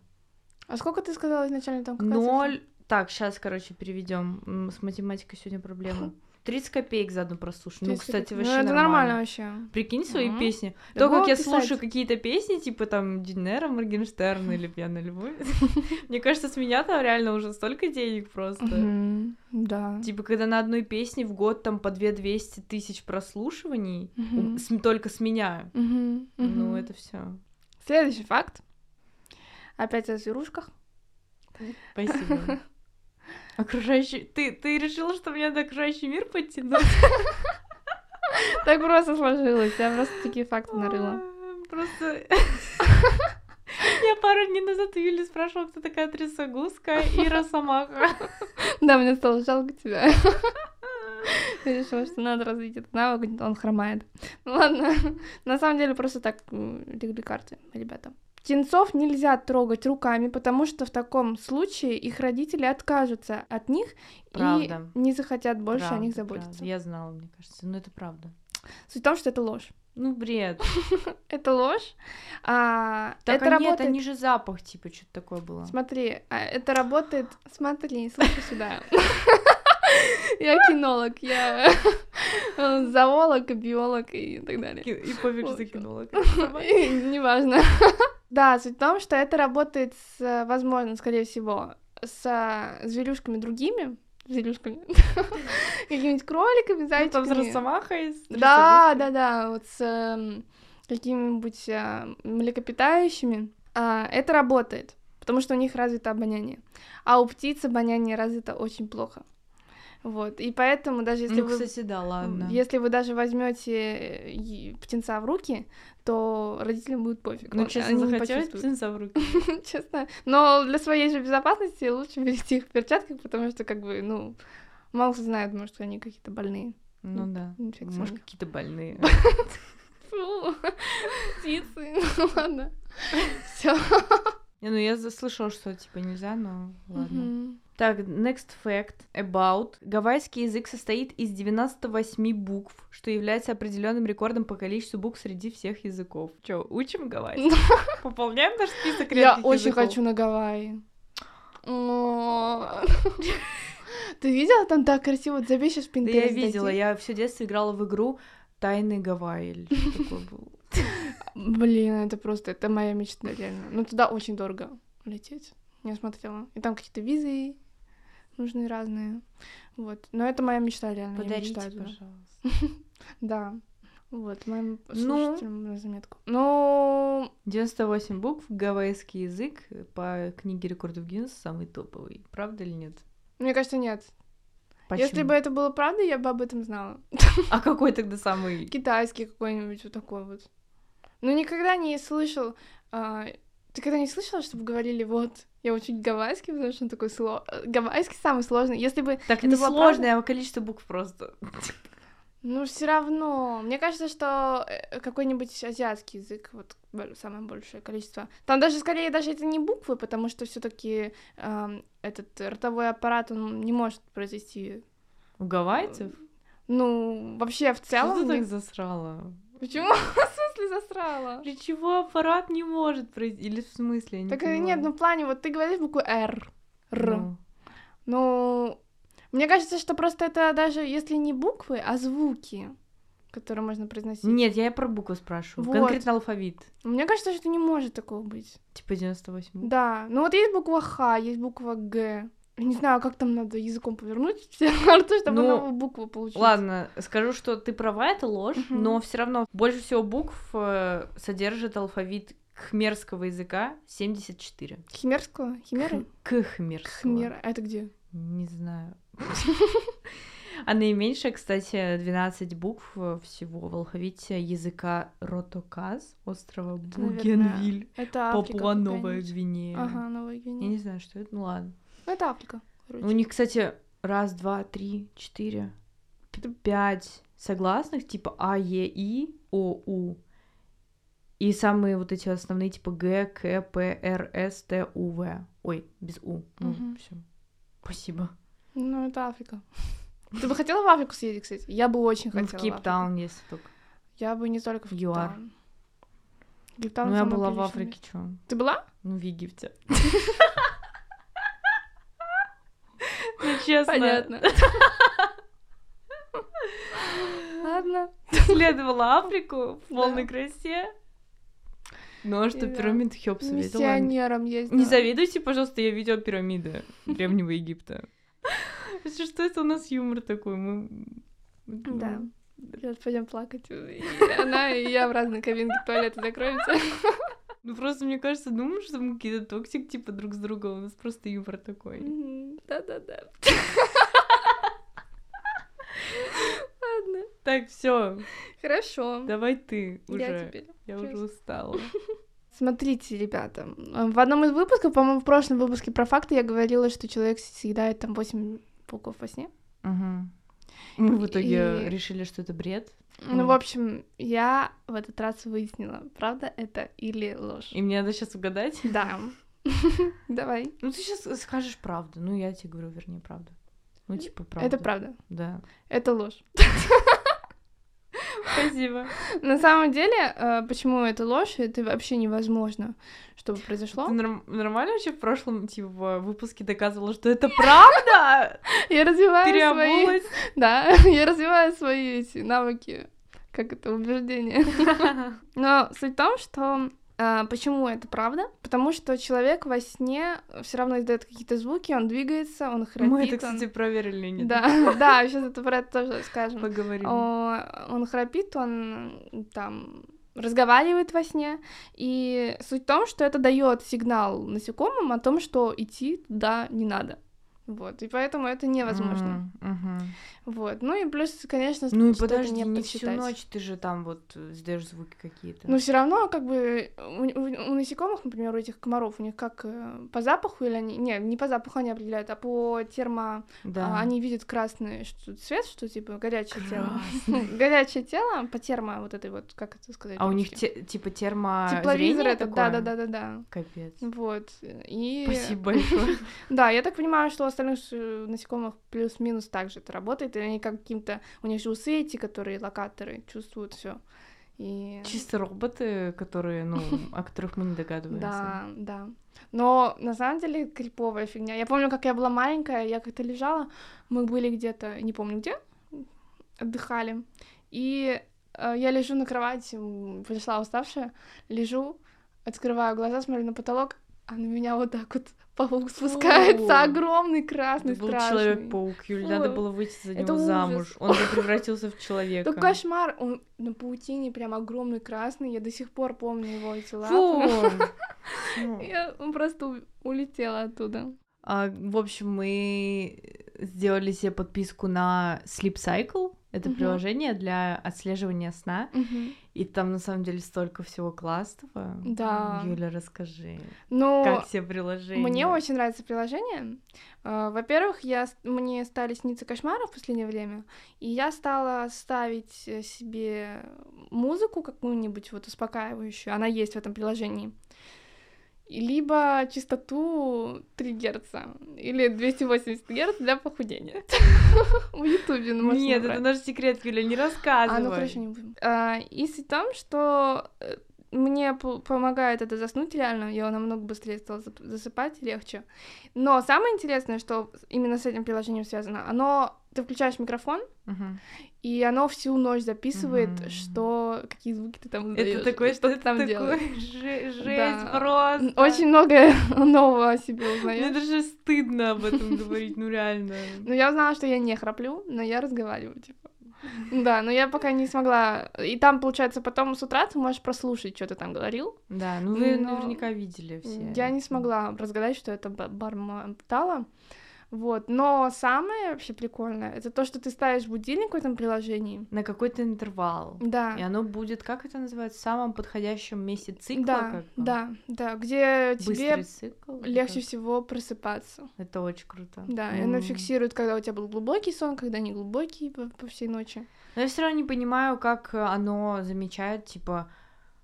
[SPEAKER 2] А сколько ты сказала изначально там? какая цифра?
[SPEAKER 1] Ноль. Так, сейчас, короче, переведем. С математикой сегодня проблемы. 30 копеек за одну прослушивание. Ну,
[SPEAKER 2] 30 копеек.
[SPEAKER 1] кстати, вообще
[SPEAKER 2] Ну, это
[SPEAKER 1] нормально.
[SPEAKER 2] нормально вообще.
[SPEAKER 1] Прикинь свои
[SPEAKER 2] Мгм.
[SPEAKER 1] песни.
[SPEAKER 2] Да
[SPEAKER 1] То, как
[SPEAKER 2] было
[SPEAKER 1] я
[SPEAKER 2] писать.
[SPEAKER 1] слушаю какие-то песни, типа там Динера, Моргенштерна или Пьяная любовь. Мне кажется, с меня там реально уже столько денег просто.
[SPEAKER 2] Мгм. Да.
[SPEAKER 1] Типа, когда на одной песне в год там по 2-200 тысяч прослушиваний,
[SPEAKER 2] Мгм.
[SPEAKER 1] у- с- только с меня.
[SPEAKER 2] Мгм. Мгм.
[SPEAKER 1] Ну, это все.
[SPEAKER 2] Следующий факт. Опять о зверушках.
[SPEAKER 1] Спасибо. Окружающий... Ты, ты решила, что мне надо окружающий мир подтянуть?
[SPEAKER 2] Так просто сложилось. Я просто такие факты нарыла.
[SPEAKER 1] Просто... Я пару дней назад у Юли спрашивала, кто такая Трясогузка и Росомаха.
[SPEAKER 2] Да, мне стало жалко тебя. Я решила, что надо развить этот навык, он хромает. Ну ладно, на самом деле просто так легли карты, ребята. Птенцов нельзя трогать руками, потому что в таком случае их родители откажутся от них
[SPEAKER 1] Правда.
[SPEAKER 2] и не захотят больше
[SPEAKER 1] Правда,
[SPEAKER 2] о них
[SPEAKER 1] правда.
[SPEAKER 2] заботиться.
[SPEAKER 1] Я знала, мне кажется. Но это правда.
[SPEAKER 2] Суть в том, что это ложь.
[SPEAKER 1] Ну, бред.
[SPEAKER 2] Это ложь. А,
[SPEAKER 1] Так
[SPEAKER 2] это
[SPEAKER 1] а нет,
[SPEAKER 2] работает.
[SPEAKER 1] они же запах, типа, что-то такое было.
[SPEAKER 2] Смотри, а, это работает. Смотри, слушай сюда. Я кинолог, я э, зоолог, биолог и так далее.
[SPEAKER 1] Ки- И Ну, пофиг, что
[SPEAKER 2] Ой,
[SPEAKER 1] кинула.
[SPEAKER 2] Неважно. Да, суть в том, что это работает, с, э, возможно, скорее всего, с э, зверюшками другими, зверюшками, какими-нибудь кроликами,
[SPEAKER 1] Ну, Там с
[SPEAKER 2] зайчиками.
[SPEAKER 1] росомахой, с
[SPEAKER 2] Да,
[SPEAKER 1] трясогузкой.
[SPEAKER 2] да, да, вот с эм, какими-нибудь э, млекопитающими. А, Это работает, потому что у них развито обоняние. А у птиц обоняние развито очень плохо. Вот, и поэтому даже если
[SPEAKER 1] Ну,
[SPEAKER 2] вы...
[SPEAKER 1] кстати, да, ладно.
[SPEAKER 2] Если вы даже возьмете и- птенца в руки, то родителям будет пофиг.
[SPEAKER 1] Ну,
[SPEAKER 2] он-
[SPEAKER 1] честно,
[SPEAKER 2] они не
[SPEAKER 1] захотелось
[SPEAKER 2] почувствуют.
[SPEAKER 1] птенца в руки.
[SPEAKER 2] Честно. Но для своей же безопасности лучше берите их в перчатках, потому что, как бы, ну, мало кто знает, может, они какие-то больные.
[SPEAKER 1] Ну да.
[SPEAKER 2] инфекционные.
[SPEAKER 1] Может, какие-то больные.
[SPEAKER 2] Фу, птицы. Ну, ладно. Все.
[SPEAKER 1] Не, ну я заслышала, что типа нельзя, но ладно. Так, next fact about. Гавайский язык состоит из 98 букв, что является определенным рекордом по количеству букв среди всех языков. Че, учим гавайский? Пополняем наш список редких
[SPEAKER 2] Я очень
[SPEAKER 1] языков?
[SPEAKER 2] хочу на Гавайи. О. Ты видела там так красиво? Забей сейчас
[SPEAKER 1] Да
[SPEAKER 2] Pinterest.
[SPEAKER 1] я видела,
[SPEAKER 2] зайти.
[SPEAKER 1] я все детство играла в игру Тайны Гавайи. или что-то такое было.
[SPEAKER 2] Блин, это просто, это моя мечта, реально. Ну, туда очень дорого лететь. Я смотрела. И там какие-то визы нужны разные. Вот. Но это моя мечта, реально. я
[SPEAKER 1] Подарите,
[SPEAKER 2] мечтаю туда.
[SPEAKER 1] пожалуйста.
[SPEAKER 2] Да. Вот, моим
[SPEAKER 1] Ну?
[SPEAKER 2] слушателям на заметку. Ну,
[SPEAKER 1] 98 букв, гавайский язык по книге рекордов Гиннесса самый топовый. Правда или нет?
[SPEAKER 2] мне кажется, нет. Если
[SPEAKER 1] Почему?
[SPEAKER 2] бы это было правда, я бы об этом знала.
[SPEAKER 1] А какой тогда самый?
[SPEAKER 2] Китайский какой-нибудь вот такой вот. Ну, никогда не слышал... а, ты когда не слышала, чтобы говорили, вот, я учу гавайский, потому что он такой сложный. Гавайский самый сложный. Если бы
[SPEAKER 1] Так
[SPEAKER 2] Это
[SPEAKER 1] не
[SPEAKER 2] была
[SPEAKER 1] сложное, а количество букв просто.
[SPEAKER 2] Ну, все равно. Мне кажется, что э, какой-нибудь азиатский язык, вот бо- самое большее количество. Там даже скорее даже это не буквы, потому что все-таки этот ротовой аппарат он не может произвести.
[SPEAKER 1] У гавайцев?
[SPEAKER 2] Ну, вообще в целом.
[SPEAKER 1] Что ты
[SPEAKER 2] мне-
[SPEAKER 1] так засрала?
[SPEAKER 2] Почему? В смысле засрала?
[SPEAKER 1] Речевой аппарат не может произойти. Или в смысле? Я не
[SPEAKER 2] Так э, нет, ну
[SPEAKER 1] поняла.
[SPEAKER 2] в плане, вот ты говоришь букву Р. Р.
[SPEAKER 1] Ну,
[SPEAKER 2] Ну, мне кажется, что просто это даже если не буквы, а звуки, которые можно произносить.
[SPEAKER 1] Нет, я и про буквы спрашиваю.
[SPEAKER 2] Вот.
[SPEAKER 1] Конкретно алфавит.
[SPEAKER 2] Мне кажется, что не может такого быть.
[SPEAKER 1] Типа 98 букв.
[SPEAKER 2] Да, ну вот есть буква Х, есть буква Г. Я не знаю, а как там надо языком повернуть все рту, чтобы
[SPEAKER 1] Ну,
[SPEAKER 2] новую букву получить.
[SPEAKER 1] Ладно, скажу, что ты права, это ложь,
[SPEAKER 2] Мгм.
[SPEAKER 1] но все равно больше всего букв э, содержит алфавит хмерского языка 74.
[SPEAKER 2] Химерского?
[SPEAKER 1] Хм,
[SPEAKER 2] Химеры?
[SPEAKER 1] Кхмерского.
[SPEAKER 2] Химера. А это где?
[SPEAKER 1] Не знаю. А наименьшее, кстати, 12 букв э, всего в алфавите языка ротоказ острова
[SPEAKER 2] Это, наверное,
[SPEAKER 1] Бугенвиль,
[SPEAKER 2] Это Африка.
[SPEAKER 1] Папуа Новая
[SPEAKER 2] какая-нибудь.
[SPEAKER 1] Гвинея.
[SPEAKER 2] Ага, Новая
[SPEAKER 1] Я
[SPEAKER 2] Гвинея.
[SPEAKER 1] не знаю, что это, ну ладно.
[SPEAKER 2] Ну, это Африка. короче.
[SPEAKER 1] У них, кстати, раз, два, три, четыре, п- пять согласных, типа А, Е, И, О, У. И самые вот эти основные, типа Г, К, П, Р, С, Т, У, В. Ой, без У. Ну,
[SPEAKER 2] Мгм.
[SPEAKER 1] всё. Спасибо.
[SPEAKER 2] Ну, это Африка. Ты бы хотела в Африку съездить, кстати? Я бы
[SPEAKER 1] Ну,
[SPEAKER 2] очень хотела.
[SPEAKER 1] в
[SPEAKER 2] Африку.
[SPEAKER 1] Кейптаун, если только.
[SPEAKER 2] Я бы не только в
[SPEAKER 1] В ЮАР.
[SPEAKER 2] Кейптаун. Кейптаун
[SPEAKER 1] ну, я
[SPEAKER 2] самое
[SPEAKER 1] была в
[SPEAKER 2] приличное
[SPEAKER 1] Африке,
[SPEAKER 2] место.
[SPEAKER 1] чё?
[SPEAKER 2] Ты была?
[SPEAKER 1] Ну, в Египте. Ну, честно,
[SPEAKER 2] Понятно. Ладно.
[SPEAKER 1] следовала Африку в
[SPEAKER 2] Да.
[SPEAKER 1] полной красе. Ну, а что,
[SPEAKER 2] Да.
[SPEAKER 1] пирамид Хеопса видела?
[SPEAKER 2] Миссионером ездила.
[SPEAKER 1] Не завидуйте, пожалуйста, я видела пирамиды Древнего Египта. Если Что это у нас юмор такой? Мы...
[SPEAKER 2] Да. Сейчас пойдем плакать. И она и я в разные кабинке туалета закроемся.
[SPEAKER 1] Ну просто, мне кажется, думаешь, что мы какие-то токсик типа друг с другом. У нас просто юмор такой.
[SPEAKER 2] Мгм. Да-да-да.
[SPEAKER 1] Так, все,
[SPEAKER 2] Хорошо.
[SPEAKER 1] давай ты уже.
[SPEAKER 2] Я теперь.
[SPEAKER 1] Я уже
[SPEAKER 2] Честно.
[SPEAKER 1] устала.
[SPEAKER 2] Смотрите, ребята, э, в одном из выпусков, по-моему, в прошлом выпуске про факты я говорила, что человек съедает там 8 пауков во сне.
[SPEAKER 1] Мгм. Мы в итоге
[SPEAKER 2] И-
[SPEAKER 1] решили, что это бред.
[SPEAKER 2] Ну,
[SPEAKER 1] Мгм.
[SPEAKER 2] в общем, я в этот раз выяснила, правда это или ложь.
[SPEAKER 1] И мне надо сейчас угадать.
[SPEAKER 2] Да. Давай.
[SPEAKER 1] Ну, ты сейчас скажешь правду. Ну, я тебе говорю, вернее, правду. Ну, типа, правда.
[SPEAKER 2] Это правда.
[SPEAKER 1] Да.
[SPEAKER 2] Это ложь.
[SPEAKER 1] Спасибо.
[SPEAKER 2] На самом деле, э, почему это ложь, это вообще невозможно, чтобы
[SPEAKER 1] Ты
[SPEAKER 2] произошло.
[SPEAKER 1] норм- нормально вообще в прошлом, типа, выпуске доказывала, что это правда?
[SPEAKER 2] Я развиваю свои...
[SPEAKER 1] Переобулась.
[SPEAKER 2] Да, я развиваю свои эти навыки, как это, убеждения. Но суть в том, что а, почему это правда? Потому что человек во сне все равно издает какие-то звуки, он двигается, он храпит.
[SPEAKER 1] Мы это,
[SPEAKER 2] он-
[SPEAKER 1] кстати, проверили или нет?
[SPEAKER 2] Да, да, сейчас это про это тоже скажем.
[SPEAKER 1] Поговорим.
[SPEAKER 2] О, Он храпит, он там разговаривает во сне, и суть в том, что это дает сигнал насекомым о том, что идти туда не надо. Вот, и поэтому это невозможно.
[SPEAKER 1] М, мгм.
[SPEAKER 2] Вот, ну и плюс, конечно,
[SPEAKER 1] Ну и
[SPEAKER 2] что-то
[SPEAKER 1] подожди, не всю
[SPEAKER 2] подсчитать.
[SPEAKER 1] ночь ты же там вот сдаешь звуки какие-то.
[SPEAKER 2] Но все равно, как бы, у, у- у насекомых, например, у этих комаров, у них как э, по запаху или они... Не, не по запаху они определяют, а по термо... а,
[SPEAKER 1] да.
[SPEAKER 2] они видят красный что- цвет, что типа горячее тело. Горячее тело а по термо вот этой вот, как это сказать?
[SPEAKER 1] А у них
[SPEAKER 2] по-русски?
[SPEAKER 1] те- типа термо...
[SPEAKER 2] Тепловизор
[SPEAKER 1] зрение
[SPEAKER 2] это, Ну,
[SPEAKER 1] такое?
[SPEAKER 2] да-да-да-да-да.
[SPEAKER 1] Капец.
[SPEAKER 2] Вот. И...
[SPEAKER 1] Спасибо большое.
[SPEAKER 2] Да, я так понимаю, что у остальных э, насекомых плюс-минус также это работает, или они как каким-то... У них же усы эти, которые локаторы, чувствуют все. И...
[SPEAKER 1] Чисто роботы, которые, ну, о которых мы не догадываемся.
[SPEAKER 2] Да, да. Но на самом деле криповая фигня. Я помню, как я была маленькая, я как-то лежала, мы были где-то, не помню где, отдыхали. И э, я лежу на кровати, м, пришла уставшая, лежу, открываю глаза, смотрю на потолок, а на меня вот так вот паук спускается, огромный, красный,
[SPEAKER 1] Это был
[SPEAKER 2] страшный.
[SPEAKER 1] человек-паук, Юль, надо
[SPEAKER 2] Фу.
[SPEAKER 1] было выйти за
[SPEAKER 2] Это
[SPEAKER 1] него
[SPEAKER 2] ужас.
[SPEAKER 1] замуж. Он бы превратился в человека.
[SPEAKER 2] Ну, кошмар, он на паутине прям огромный красный, я до сих пор помню его эти
[SPEAKER 1] Фу!
[SPEAKER 2] лапы.
[SPEAKER 1] Фу.
[SPEAKER 2] Я просто у- улетела оттуда.
[SPEAKER 1] А, в общем, мы сделали себе подписку на Sleep Cycle. Это
[SPEAKER 2] Мгм.
[SPEAKER 1] приложение для отслеживания сна. И там на самом деле столько всего классного.
[SPEAKER 2] Да.
[SPEAKER 1] Юля, расскажи,
[SPEAKER 2] Ну,
[SPEAKER 1] как тебе приложение?
[SPEAKER 2] мне очень нравится приложение. Э, Во-первых, я, с- мне стали сниться кошмары в последнее время, и я стала ставить э, себе музыку какую-нибудь вот успокаивающую, она есть в этом приложении, И либо частоту 3 Гц, или 280 Гц для похудения. В Ютубе можно
[SPEAKER 1] Нет,
[SPEAKER 2] Ну,
[SPEAKER 1] это
[SPEAKER 2] набрать.
[SPEAKER 1] наш секрет, Юля, не
[SPEAKER 2] А,
[SPEAKER 1] рассказывай.
[SPEAKER 2] ну хорошо, не будем. А, и суть в том, что э, мне по- помогает это заснуть реально, я намного быстрее стала зап- засыпать, легче. Но самое интересное, что с- именно с этим приложением связано, оно, ты включаешь микрофон,
[SPEAKER 1] Мгм.
[SPEAKER 2] и оно всю ночь записывает,
[SPEAKER 1] Мгм.
[SPEAKER 2] что, какие звуки ты там
[SPEAKER 1] Это
[SPEAKER 2] издаёшь,
[SPEAKER 1] такое, что
[SPEAKER 2] ты
[SPEAKER 1] это такое
[SPEAKER 2] там делаешь.
[SPEAKER 1] же- жесть
[SPEAKER 2] Да.
[SPEAKER 1] просто.
[SPEAKER 2] Н- Очень много нового о себе
[SPEAKER 1] Мне
[SPEAKER 2] узнаешь.
[SPEAKER 1] даже стыдно об этом говорить, ну реально.
[SPEAKER 2] Ну, я узнала, что я не храплю, но я разговариваю, типа. Ну Да, но я пока не смогла. И там, получается, потом с утра ты можешь прослушать, что ты там говорил,
[SPEAKER 1] Да, ну вы
[SPEAKER 2] Но
[SPEAKER 1] наверняка видели все.
[SPEAKER 2] Я не смогла разгадать, что это ба- бормотало. Вот. Но самое вообще прикольное, это то, что ты ставишь будильник в этом приложении.
[SPEAKER 1] На какой-то интервал. И
[SPEAKER 2] Да.
[SPEAKER 1] оно будет, как это называется, в самом подходящем месте цикла.
[SPEAKER 2] Да,
[SPEAKER 1] как бы?
[SPEAKER 2] да, да, где
[SPEAKER 1] Быстрый
[SPEAKER 2] тебе
[SPEAKER 1] цикл.
[SPEAKER 2] легче
[SPEAKER 1] это-
[SPEAKER 2] всего просыпаться.
[SPEAKER 1] Это очень круто.
[SPEAKER 2] Да, и она
[SPEAKER 1] М.
[SPEAKER 2] фиксирует, когда у тебя был глубокий сон, когда не глубокий по, по всей ночи.
[SPEAKER 1] Но я все равно не понимаю, как э, оно замечает, типа,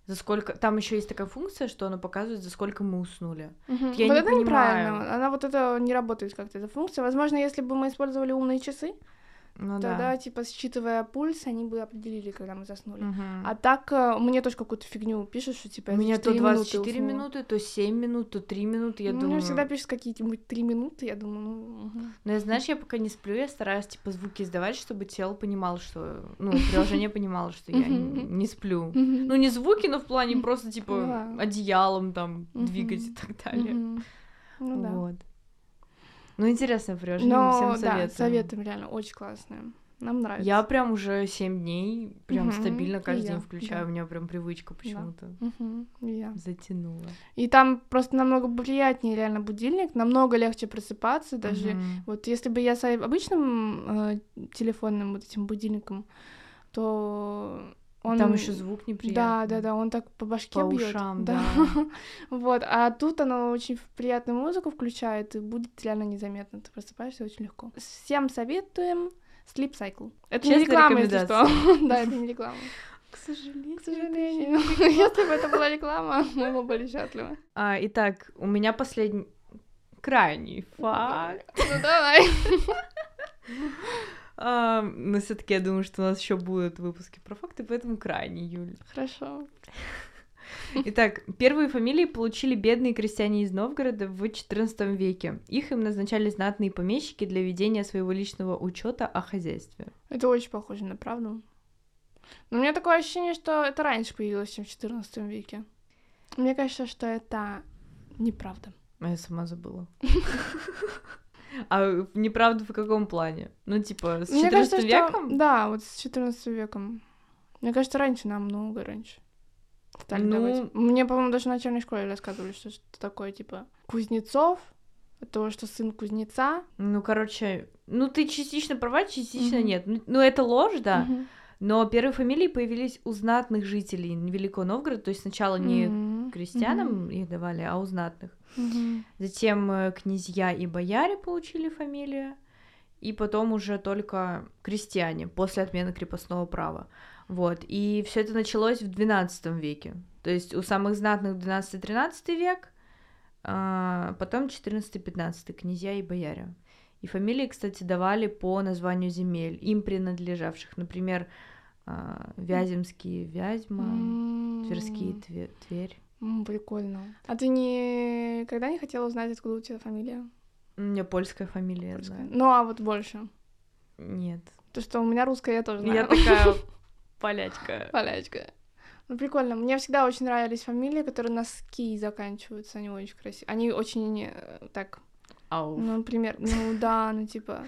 [SPEAKER 1] за сколько... Там еще есть такая функция, что оно показывает, за сколько мы уснули.
[SPEAKER 2] Мгм.
[SPEAKER 1] Я
[SPEAKER 2] вот
[SPEAKER 1] не
[SPEAKER 2] это
[SPEAKER 1] понимаю.
[SPEAKER 2] неправильно. Она вот это не работает как-то, эта функция. Возможно, если бы мы использовали умные часы,
[SPEAKER 1] Ну
[SPEAKER 2] тогда, типа, считывая пульс, они бы определили, когда мы заснули.
[SPEAKER 1] да.
[SPEAKER 2] А так э, мне тоже какую-то фигню пишут, что типа
[SPEAKER 1] У
[SPEAKER 2] я за
[SPEAKER 1] меня то
[SPEAKER 2] четыре минуты
[SPEAKER 1] 24
[SPEAKER 2] уснула.
[SPEAKER 1] минуты, то 7 минут, то 3 минуты, я
[SPEAKER 2] Ну,
[SPEAKER 1] думаю.
[SPEAKER 2] Мне всегда пишут какие-нибудь три минуты, я думаю, ну... мгм.
[SPEAKER 1] Но я, знаешь, я пока не сплю, я стараюсь, типа, звуки издавать, чтобы тело понимало, что... Ну, приложение понимало, что я
[SPEAKER 2] Мгм.
[SPEAKER 1] не сплю.
[SPEAKER 2] Мгм.
[SPEAKER 1] Ну, не звуки, но в плане просто, типа,
[SPEAKER 2] Поняла.
[SPEAKER 1] одеялом там
[SPEAKER 2] Мгм.
[SPEAKER 1] двигать и так далее.
[SPEAKER 2] Мгм. Ну да.
[SPEAKER 1] Вот. Ну, интересное приложение, мы
[SPEAKER 2] Но
[SPEAKER 1] всем
[SPEAKER 2] да,
[SPEAKER 1] советуем.
[SPEAKER 2] советуем, реально, очень классное. Нам нравится.
[SPEAKER 1] Я прям уже 7 дней, прям
[SPEAKER 2] Мгм,
[SPEAKER 1] стабильно
[SPEAKER 2] и
[SPEAKER 1] каждый
[SPEAKER 2] я,
[SPEAKER 1] день включаю.
[SPEAKER 2] да.
[SPEAKER 1] У меня прям привычка почему-то
[SPEAKER 2] Мгм, и я.
[SPEAKER 1] затянула.
[SPEAKER 2] И там просто намного приятнее реально будильник, намного легче просыпаться даже.
[SPEAKER 1] Мгм.
[SPEAKER 2] Вот если бы я с обычным э, телефонным вот этим будильником, то он...
[SPEAKER 1] Там еще звук неприятный.
[SPEAKER 2] Да, да, да, он так по башке
[SPEAKER 1] По
[SPEAKER 2] бьёт.
[SPEAKER 1] ушам,
[SPEAKER 2] вот, а тут она очень в- приятную музыку включает, и будет реально незаметно. Ты просыпаешься очень легко. Всем советуем Sleep Cycle. Это не
[SPEAKER 1] Честная
[SPEAKER 2] реклама, если что. да, это не реклама.
[SPEAKER 1] К сожалению.
[SPEAKER 2] К сожалению. если бы это была реклама, мы бы были счастливы.
[SPEAKER 1] А, итак, у меня последний... Крайний факт.
[SPEAKER 2] Ну давай.
[SPEAKER 1] А, но все таки я думаю, что у нас еще будут выпуски про факты, поэтому крайний, Юль.
[SPEAKER 2] Хорошо.
[SPEAKER 1] Итак, первые фамилии получили бедные крестьяне из Новгорода в XIV веке. Их им назначали знатные помещики для ведения своего личного учета о хозяйстве.
[SPEAKER 2] Это очень похоже на правду. Но у меня такое ощущение, что это раньше появилось, чем в 14 веке. Мне кажется, что это неправда.
[SPEAKER 1] А я сама забыла. А неправда в каком плане? Ну, типа, с
[SPEAKER 2] Мне
[SPEAKER 1] 14
[SPEAKER 2] кажется, что-
[SPEAKER 1] веком?
[SPEAKER 2] Да, вот с 14 веком. Мне кажется, раньше, намного раньше. Стали
[SPEAKER 1] Ну-
[SPEAKER 2] давать. Мне, по-моему, даже в начальной школе рассказывали, что, что такое, типа, кузнецов, от того, что сын кузнеца.
[SPEAKER 1] Ну, короче, ну ты частично права, частично
[SPEAKER 2] Мгм.
[SPEAKER 1] нет. Ну, ну, это ложь, да.
[SPEAKER 2] Мгм.
[SPEAKER 1] Но первые фамилии появились у знатных жителей Великого Новгорода, то есть сначала не
[SPEAKER 2] Мгм.
[SPEAKER 1] крестьянам их давали, а у знатных.
[SPEAKER 2] Мгм.
[SPEAKER 1] Затем э, князья и бояре получили фамилию, и потом уже только крестьяне после отмены крепостного права. Вот. И все это началось в XII веке. То есть у самых знатных 12-13 век, а, потом 14-15 князья и бояре. И фамилии, кстати, давали по названию земель, им принадлежавших. Например, а, Вяземские, Вязьма,
[SPEAKER 2] М.
[SPEAKER 1] Тверские, Тве- Тверь.
[SPEAKER 2] М, Прикольно. А ты никогда не хотела узнать, откуда у тебя фамилия?
[SPEAKER 1] У меня польская фамилия, я
[SPEAKER 2] Польская?
[SPEAKER 1] знаю.
[SPEAKER 2] Ну, а вот больше.
[SPEAKER 1] Нет.
[SPEAKER 2] То, что у меня русская, я тоже знаю.
[SPEAKER 1] Я такая полячка.
[SPEAKER 2] Полячка. Ну, прикольно. Мне всегда очень нравились фамилии, которые на «ски» заканчиваются. Они очень красивые. Они очень э, так,
[SPEAKER 1] Ау.
[SPEAKER 2] ну, например, ну да, ну типа...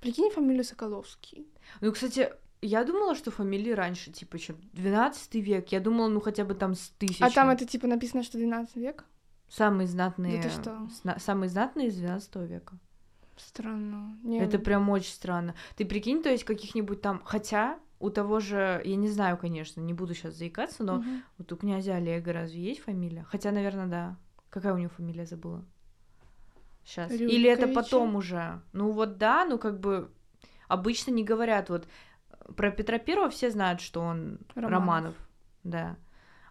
[SPEAKER 2] Прикинь фамилию Соколовский.
[SPEAKER 1] Ну, кстати, я думала, что фамилии раньше, типа, чем 12 век. Я думала, ну, хотя бы там с тысячи.
[SPEAKER 2] А там это типа написано, что 12 век?
[SPEAKER 1] Самые знатные...
[SPEAKER 2] Да ты что?
[SPEAKER 1] сна- Самые знатные из 12 века.
[SPEAKER 2] Странно. Не,
[SPEAKER 1] Это прям очень странно. Ты прикинь, то есть каких-нибудь там... Хотя у того же... Я не знаю, конечно, не буду сейчас заикаться, но
[SPEAKER 2] ну, мгм.
[SPEAKER 1] вот у князя Олега разве есть фамилия? Хотя, наверное, да. Какая у него фамилия, забыла? Сейчас. Или это
[SPEAKER 2] Рюриковичи?
[SPEAKER 1] потом уже? Ну вот да, ну как бы обычно не говорят. Вот э, про Петра Первого все знают, что он
[SPEAKER 2] Романов.
[SPEAKER 1] Романов. да.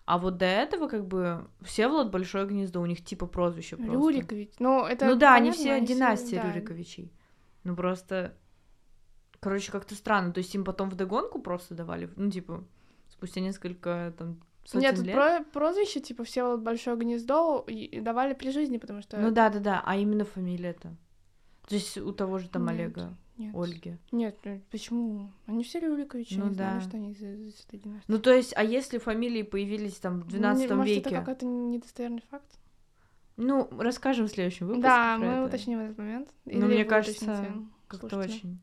[SPEAKER 1] А вот до этого как бы Всеволод Большое Гнездо, у них типа прозвище просто.
[SPEAKER 2] Рюрикович. Ну, это
[SPEAKER 1] ну да, они
[SPEAKER 2] понятно,
[SPEAKER 1] все
[SPEAKER 2] они
[SPEAKER 1] династия
[SPEAKER 2] да.
[SPEAKER 1] Рюриковичей. Ну просто, короче, как-то странно. То есть им потом вдогонку просто давали, ну типа спустя несколько там сотен
[SPEAKER 2] Нет, тут
[SPEAKER 1] лет.
[SPEAKER 2] про- прозвище, типа, все вот большое гнездо и- и давали при жизни, потому что...
[SPEAKER 1] Ну да, да, да, а именно фамилия-то. То есть у того же там
[SPEAKER 2] Нет,
[SPEAKER 1] Олега,
[SPEAKER 2] нет.
[SPEAKER 1] Ольги.
[SPEAKER 2] Нет, ну почему? Они все Рюриковичи,
[SPEAKER 1] Ну
[SPEAKER 2] не знали,
[SPEAKER 1] да.
[SPEAKER 2] что они из, из этой династии.
[SPEAKER 1] Ну то есть, а если фамилии появились там в 12
[SPEAKER 2] Ну, Может,
[SPEAKER 1] веке?
[SPEAKER 2] это какой-то недостоверный факт?
[SPEAKER 1] Ну, расскажем в следующем выпуске
[SPEAKER 2] да,
[SPEAKER 1] про
[SPEAKER 2] мы
[SPEAKER 1] это.
[SPEAKER 2] уточним этот момент.
[SPEAKER 1] Ну, мне
[SPEAKER 2] вы
[SPEAKER 1] кажется,
[SPEAKER 2] уточните,
[SPEAKER 1] Как-то
[SPEAKER 2] слушатели.
[SPEAKER 1] очень.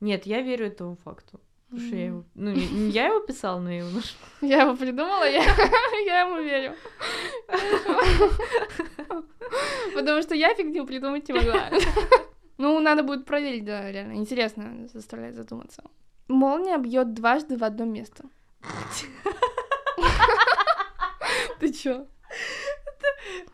[SPEAKER 1] Нет, я верю этому факту. Потому что я
[SPEAKER 2] М.
[SPEAKER 1] его... Ну, не, не я его писал, но я его нашла.
[SPEAKER 2] Я его придумала, я, я ему верю. Потому что я фигню придумать не могла. Ну, надо будет проверить, да, реально. Интересно, заставляет задуматься. Молния бьет дважды в одно место. Ты чё?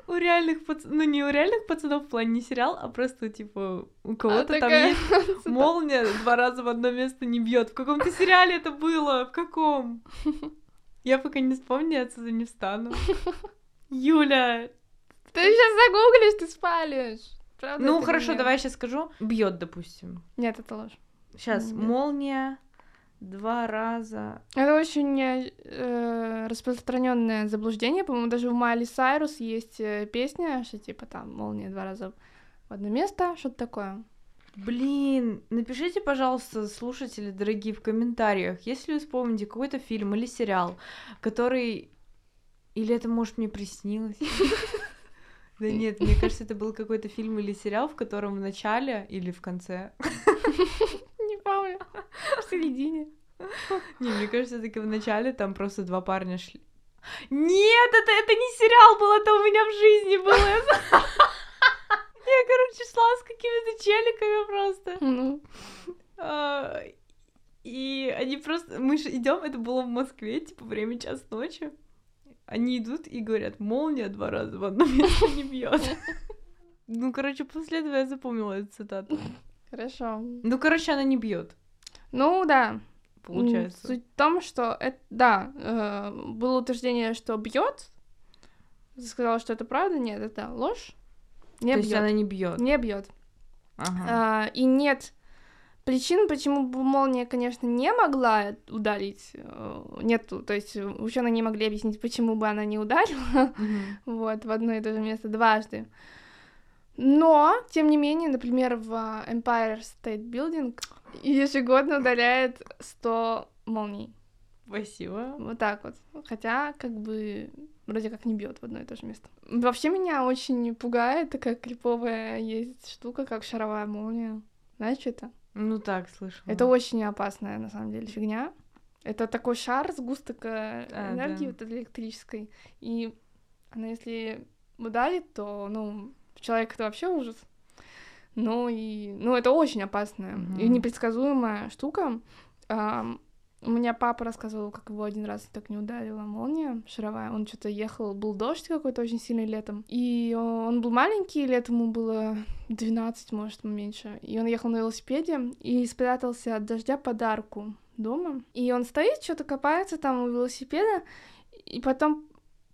[SPEAKER 1] У реальных пацанов... Ну, не у реальных пацанов в плане не сериал, а просто, типа, у
[SPEAKER 2] А,
[SPEAKER 1] кого-то там
[SPEAKER 2] такая
[SPEAKER 1] есть
[SPEAKER 2] цитата.
[SPEAKER 1] молния два раза в одно место не бьет. В каком-то сериале это было? В каком? Я пока не вспомню, я отсюда не встану. Юля!
[SPEAKER 2] Ты сейчас загуглишь, ты спалишь. Правда это
[SPEAKER 1] Ну
[SPEAKER 2] или
[SPEAKER 1] хорошо,
[SPEAKER 2] нет?
[SPEAKER 1] давай я сейчас скажу. Бьет, допустим.
[SPEAKER 2] Нет, это ложь.
[SPEAKER 1] Сейчас
[SPEAKER 2] Бьёт.
[SPEAKER 1] молния два раза.
[SPEAKER 2] Это очень распространенное заблуждение. По-моему, даже у Майли Сайрус есть э, песня, что типа там молния два раза в одно место, что-то такое.
[SPEAKER 1] Блин, напишите, пожалуйста, слушатели дорогие, в комментариях, если вы вспомните какой-то фильм или сериал, который... Или это, может, мне приснилось? Да нет, мне кажется, это был какой-то фильм или сериал, в котором в начале или в конце
[SPEAKER 2] Не помню. конце, в середине.
[SPEAKER 1] Не, мне кажется, таки в начале там просто два парня шли. Нет, это, это не сериал был, это у меня в жизни было. Я, за- Я, короче, шла с какими-то челиками просто.
[SPEAKER 2] Ну,
[SPEAKER 1] А, И они просто... Мы же идем, это было в Москве, типа, время час ночи. Они идут и говорят, молния два раза в одном месте не бьет. Ну, короче, после этого я запомнила эту цитату.
[SPEAKER 2] хорошо.
[SPEAKER 1] Ну, короче, она не бьет,
[SPEAKER 2] Ну, да. М,
[SPEAKER 1] получается.
[SPEAKER 2] Суть в том, что это, да, э, было утверждение, что бьет. Ты сказала, что это правда? Нет, это ложь. Не
[SPEAKER 1] То
[SPEAKER 2] бьет.
[SPEAKER 1] есть она не бьет.
[SPEAKER 2] Не бьет.
[SPEAKER 1] Ага.
[SPEAKER 2] А, и нет причин, почему бы молния, конечно, не могла ударить. э, Нету, то есть ученые не могли объяснить, почему бы она не ударила.
[SPEAKER 1] Мгм.
[SPEAKER 2] Вот, в одно и то же место дважды. Но, тем не менее, например, в э, Empire State Building ежегодно удаляет 100 молний.
[SPEAKER 1] Спасибо.
[SPEAKER 2] Вот так вот. Хотя, как бы, вроде как не бьет в одно и то же место. Вообще меня очень пугает такая криповая есть штука, как шаровая молния. Знаешь, что это?
[SPEAKER 1] Ну так, слышала.
[SPEAKER 2] Это очень опасная, на самом деле, фигня. Это такой шар, сгусток э,
[SPEAKER 1] А,
[SPEAKER 2] энергии
[SPEAKER 1] да.
[SPEAKER 2] вот этой электрической. И она, если ударит, то, ну, человек это вообще ужас. Ну и... Ну, это очень опасная и
[SPEAKER 1] Мгм.
[SPEAKER 2] непредсказуемая штука. Ам, у меня папа рассказывал, как его один раз так не ударила молния шаровая. Он что-то ехал, был дождь какой-то очень сильный летом. И он был маленький, лет ему было 12, может, меньше. И он ехал на велосипеде и спрятался от дождя под арку дома. И он стоит, что-то копается там у велосипеда, и потом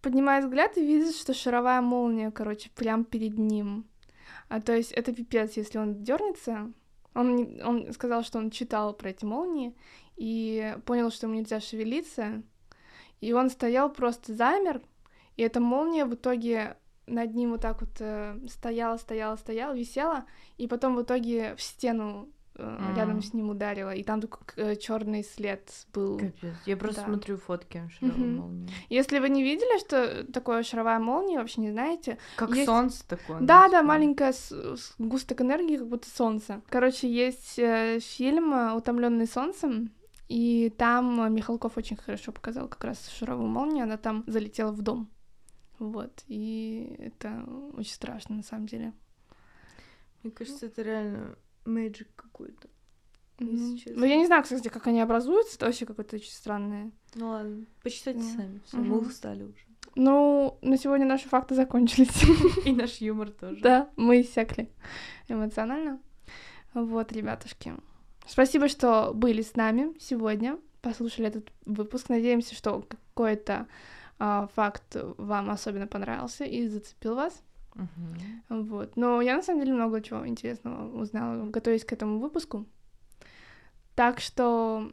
[SPEAKER 2] поднимает взгляд и видит, что шаровая молния, короче, прям перед ним. А то есть это пипец, если он дернется. Он, не- он сказал, что он читал про эти молнии и понял, что ему нельзя шевелиться. И он стоял просто замер, и эта молния в итоге над ним вот так вот э, стояла, стояла, стояла, висела, и потом в итоге в стену э,
[SPEAKER 1] М.
[SPEAKER 2] рядом с ним ударила, и там такой черный след был.
[SPEAKER 1] Капец. Я просто
[SPEAKER 2] Да.
[SPEAKER 1] смотрю фотки шаровой
[SPEAKER 2] Мгм.
[SPEAKER 1] молнии.
[SPEAKER 2] Если вы не видели, что такое шаровая молния, вообще не знаете.
[SPEAKER 1] Как
[SPEAKER 2] Есть-
[SPEAKER 1] солнце такое.
[SPEAKER 2] Да, да,
[SPEAKER 1] наверное.
[SPEAKER 2] маленькая с- с- сгусток энергии, как будто солнце. Короче, есть э, фильм Утомленный солнцем. И там э, Михалков очень хорошо показал как раз шаровую молнию. Она там залетела в дом. Вот. И это очень страшно, на самом деле.
[SPEAKER 1] Мне кажется, это реально мэджик какой-то. Если
[SPEAKER 2] Мгм.
[SPEAKER 1] честно.
[SPEAKER 2] Ну, я не знаю, кстати, как они образуются. Это вообще какое-то очень странное.
[SPEAKER 1] Ну ладно, почитайте
[SPEAKER 2] Да.
[SPEAKER 1] сами. Все,
[SPEAKER 2] Мгм.
[SPEAKER 1] мы устали уже.
[SPEAKER 2] Ну, на сегодня наши факты закончились.
[SPEAKER 1] И наш юмор тоже.
[SPEAKER 2] Да, мы иссякли эмоционально. Вот, ребятушки. Спасибо, что были с нами сегодня, послушали этот выпуск. Надеемся, что какой-то а, факт вам особенно понравился и зацепил вас.
[SPEAKER 1] Мгм.
[SPEAKER 2] Вот. Но я на самом деле много чего интересного узнала, готовясь к этому выпуску. Так что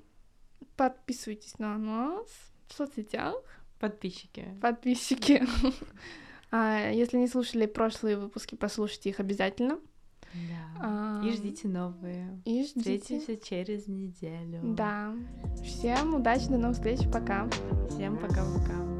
[SPEAKER 2] подписывайтесь на нас в соцсетях
[SPEAKER 1] Подписчики.
[SPEAKER 2] подписчики. А, Если не слушали прошлые выпуски, послушайте их обязательно.
[SPEAKER 1] Да.
[SPEAKER 2] А,
[SPEAKER 1] И ждите новые.
[SPEAKER 2] И ждите.
[SPEAKER 1] Встретимся через неделю.
[SPEAKER 2] Да. Всем удачи, до новых встреч, пока.
[SPEAKER 1] Всем пока-пока.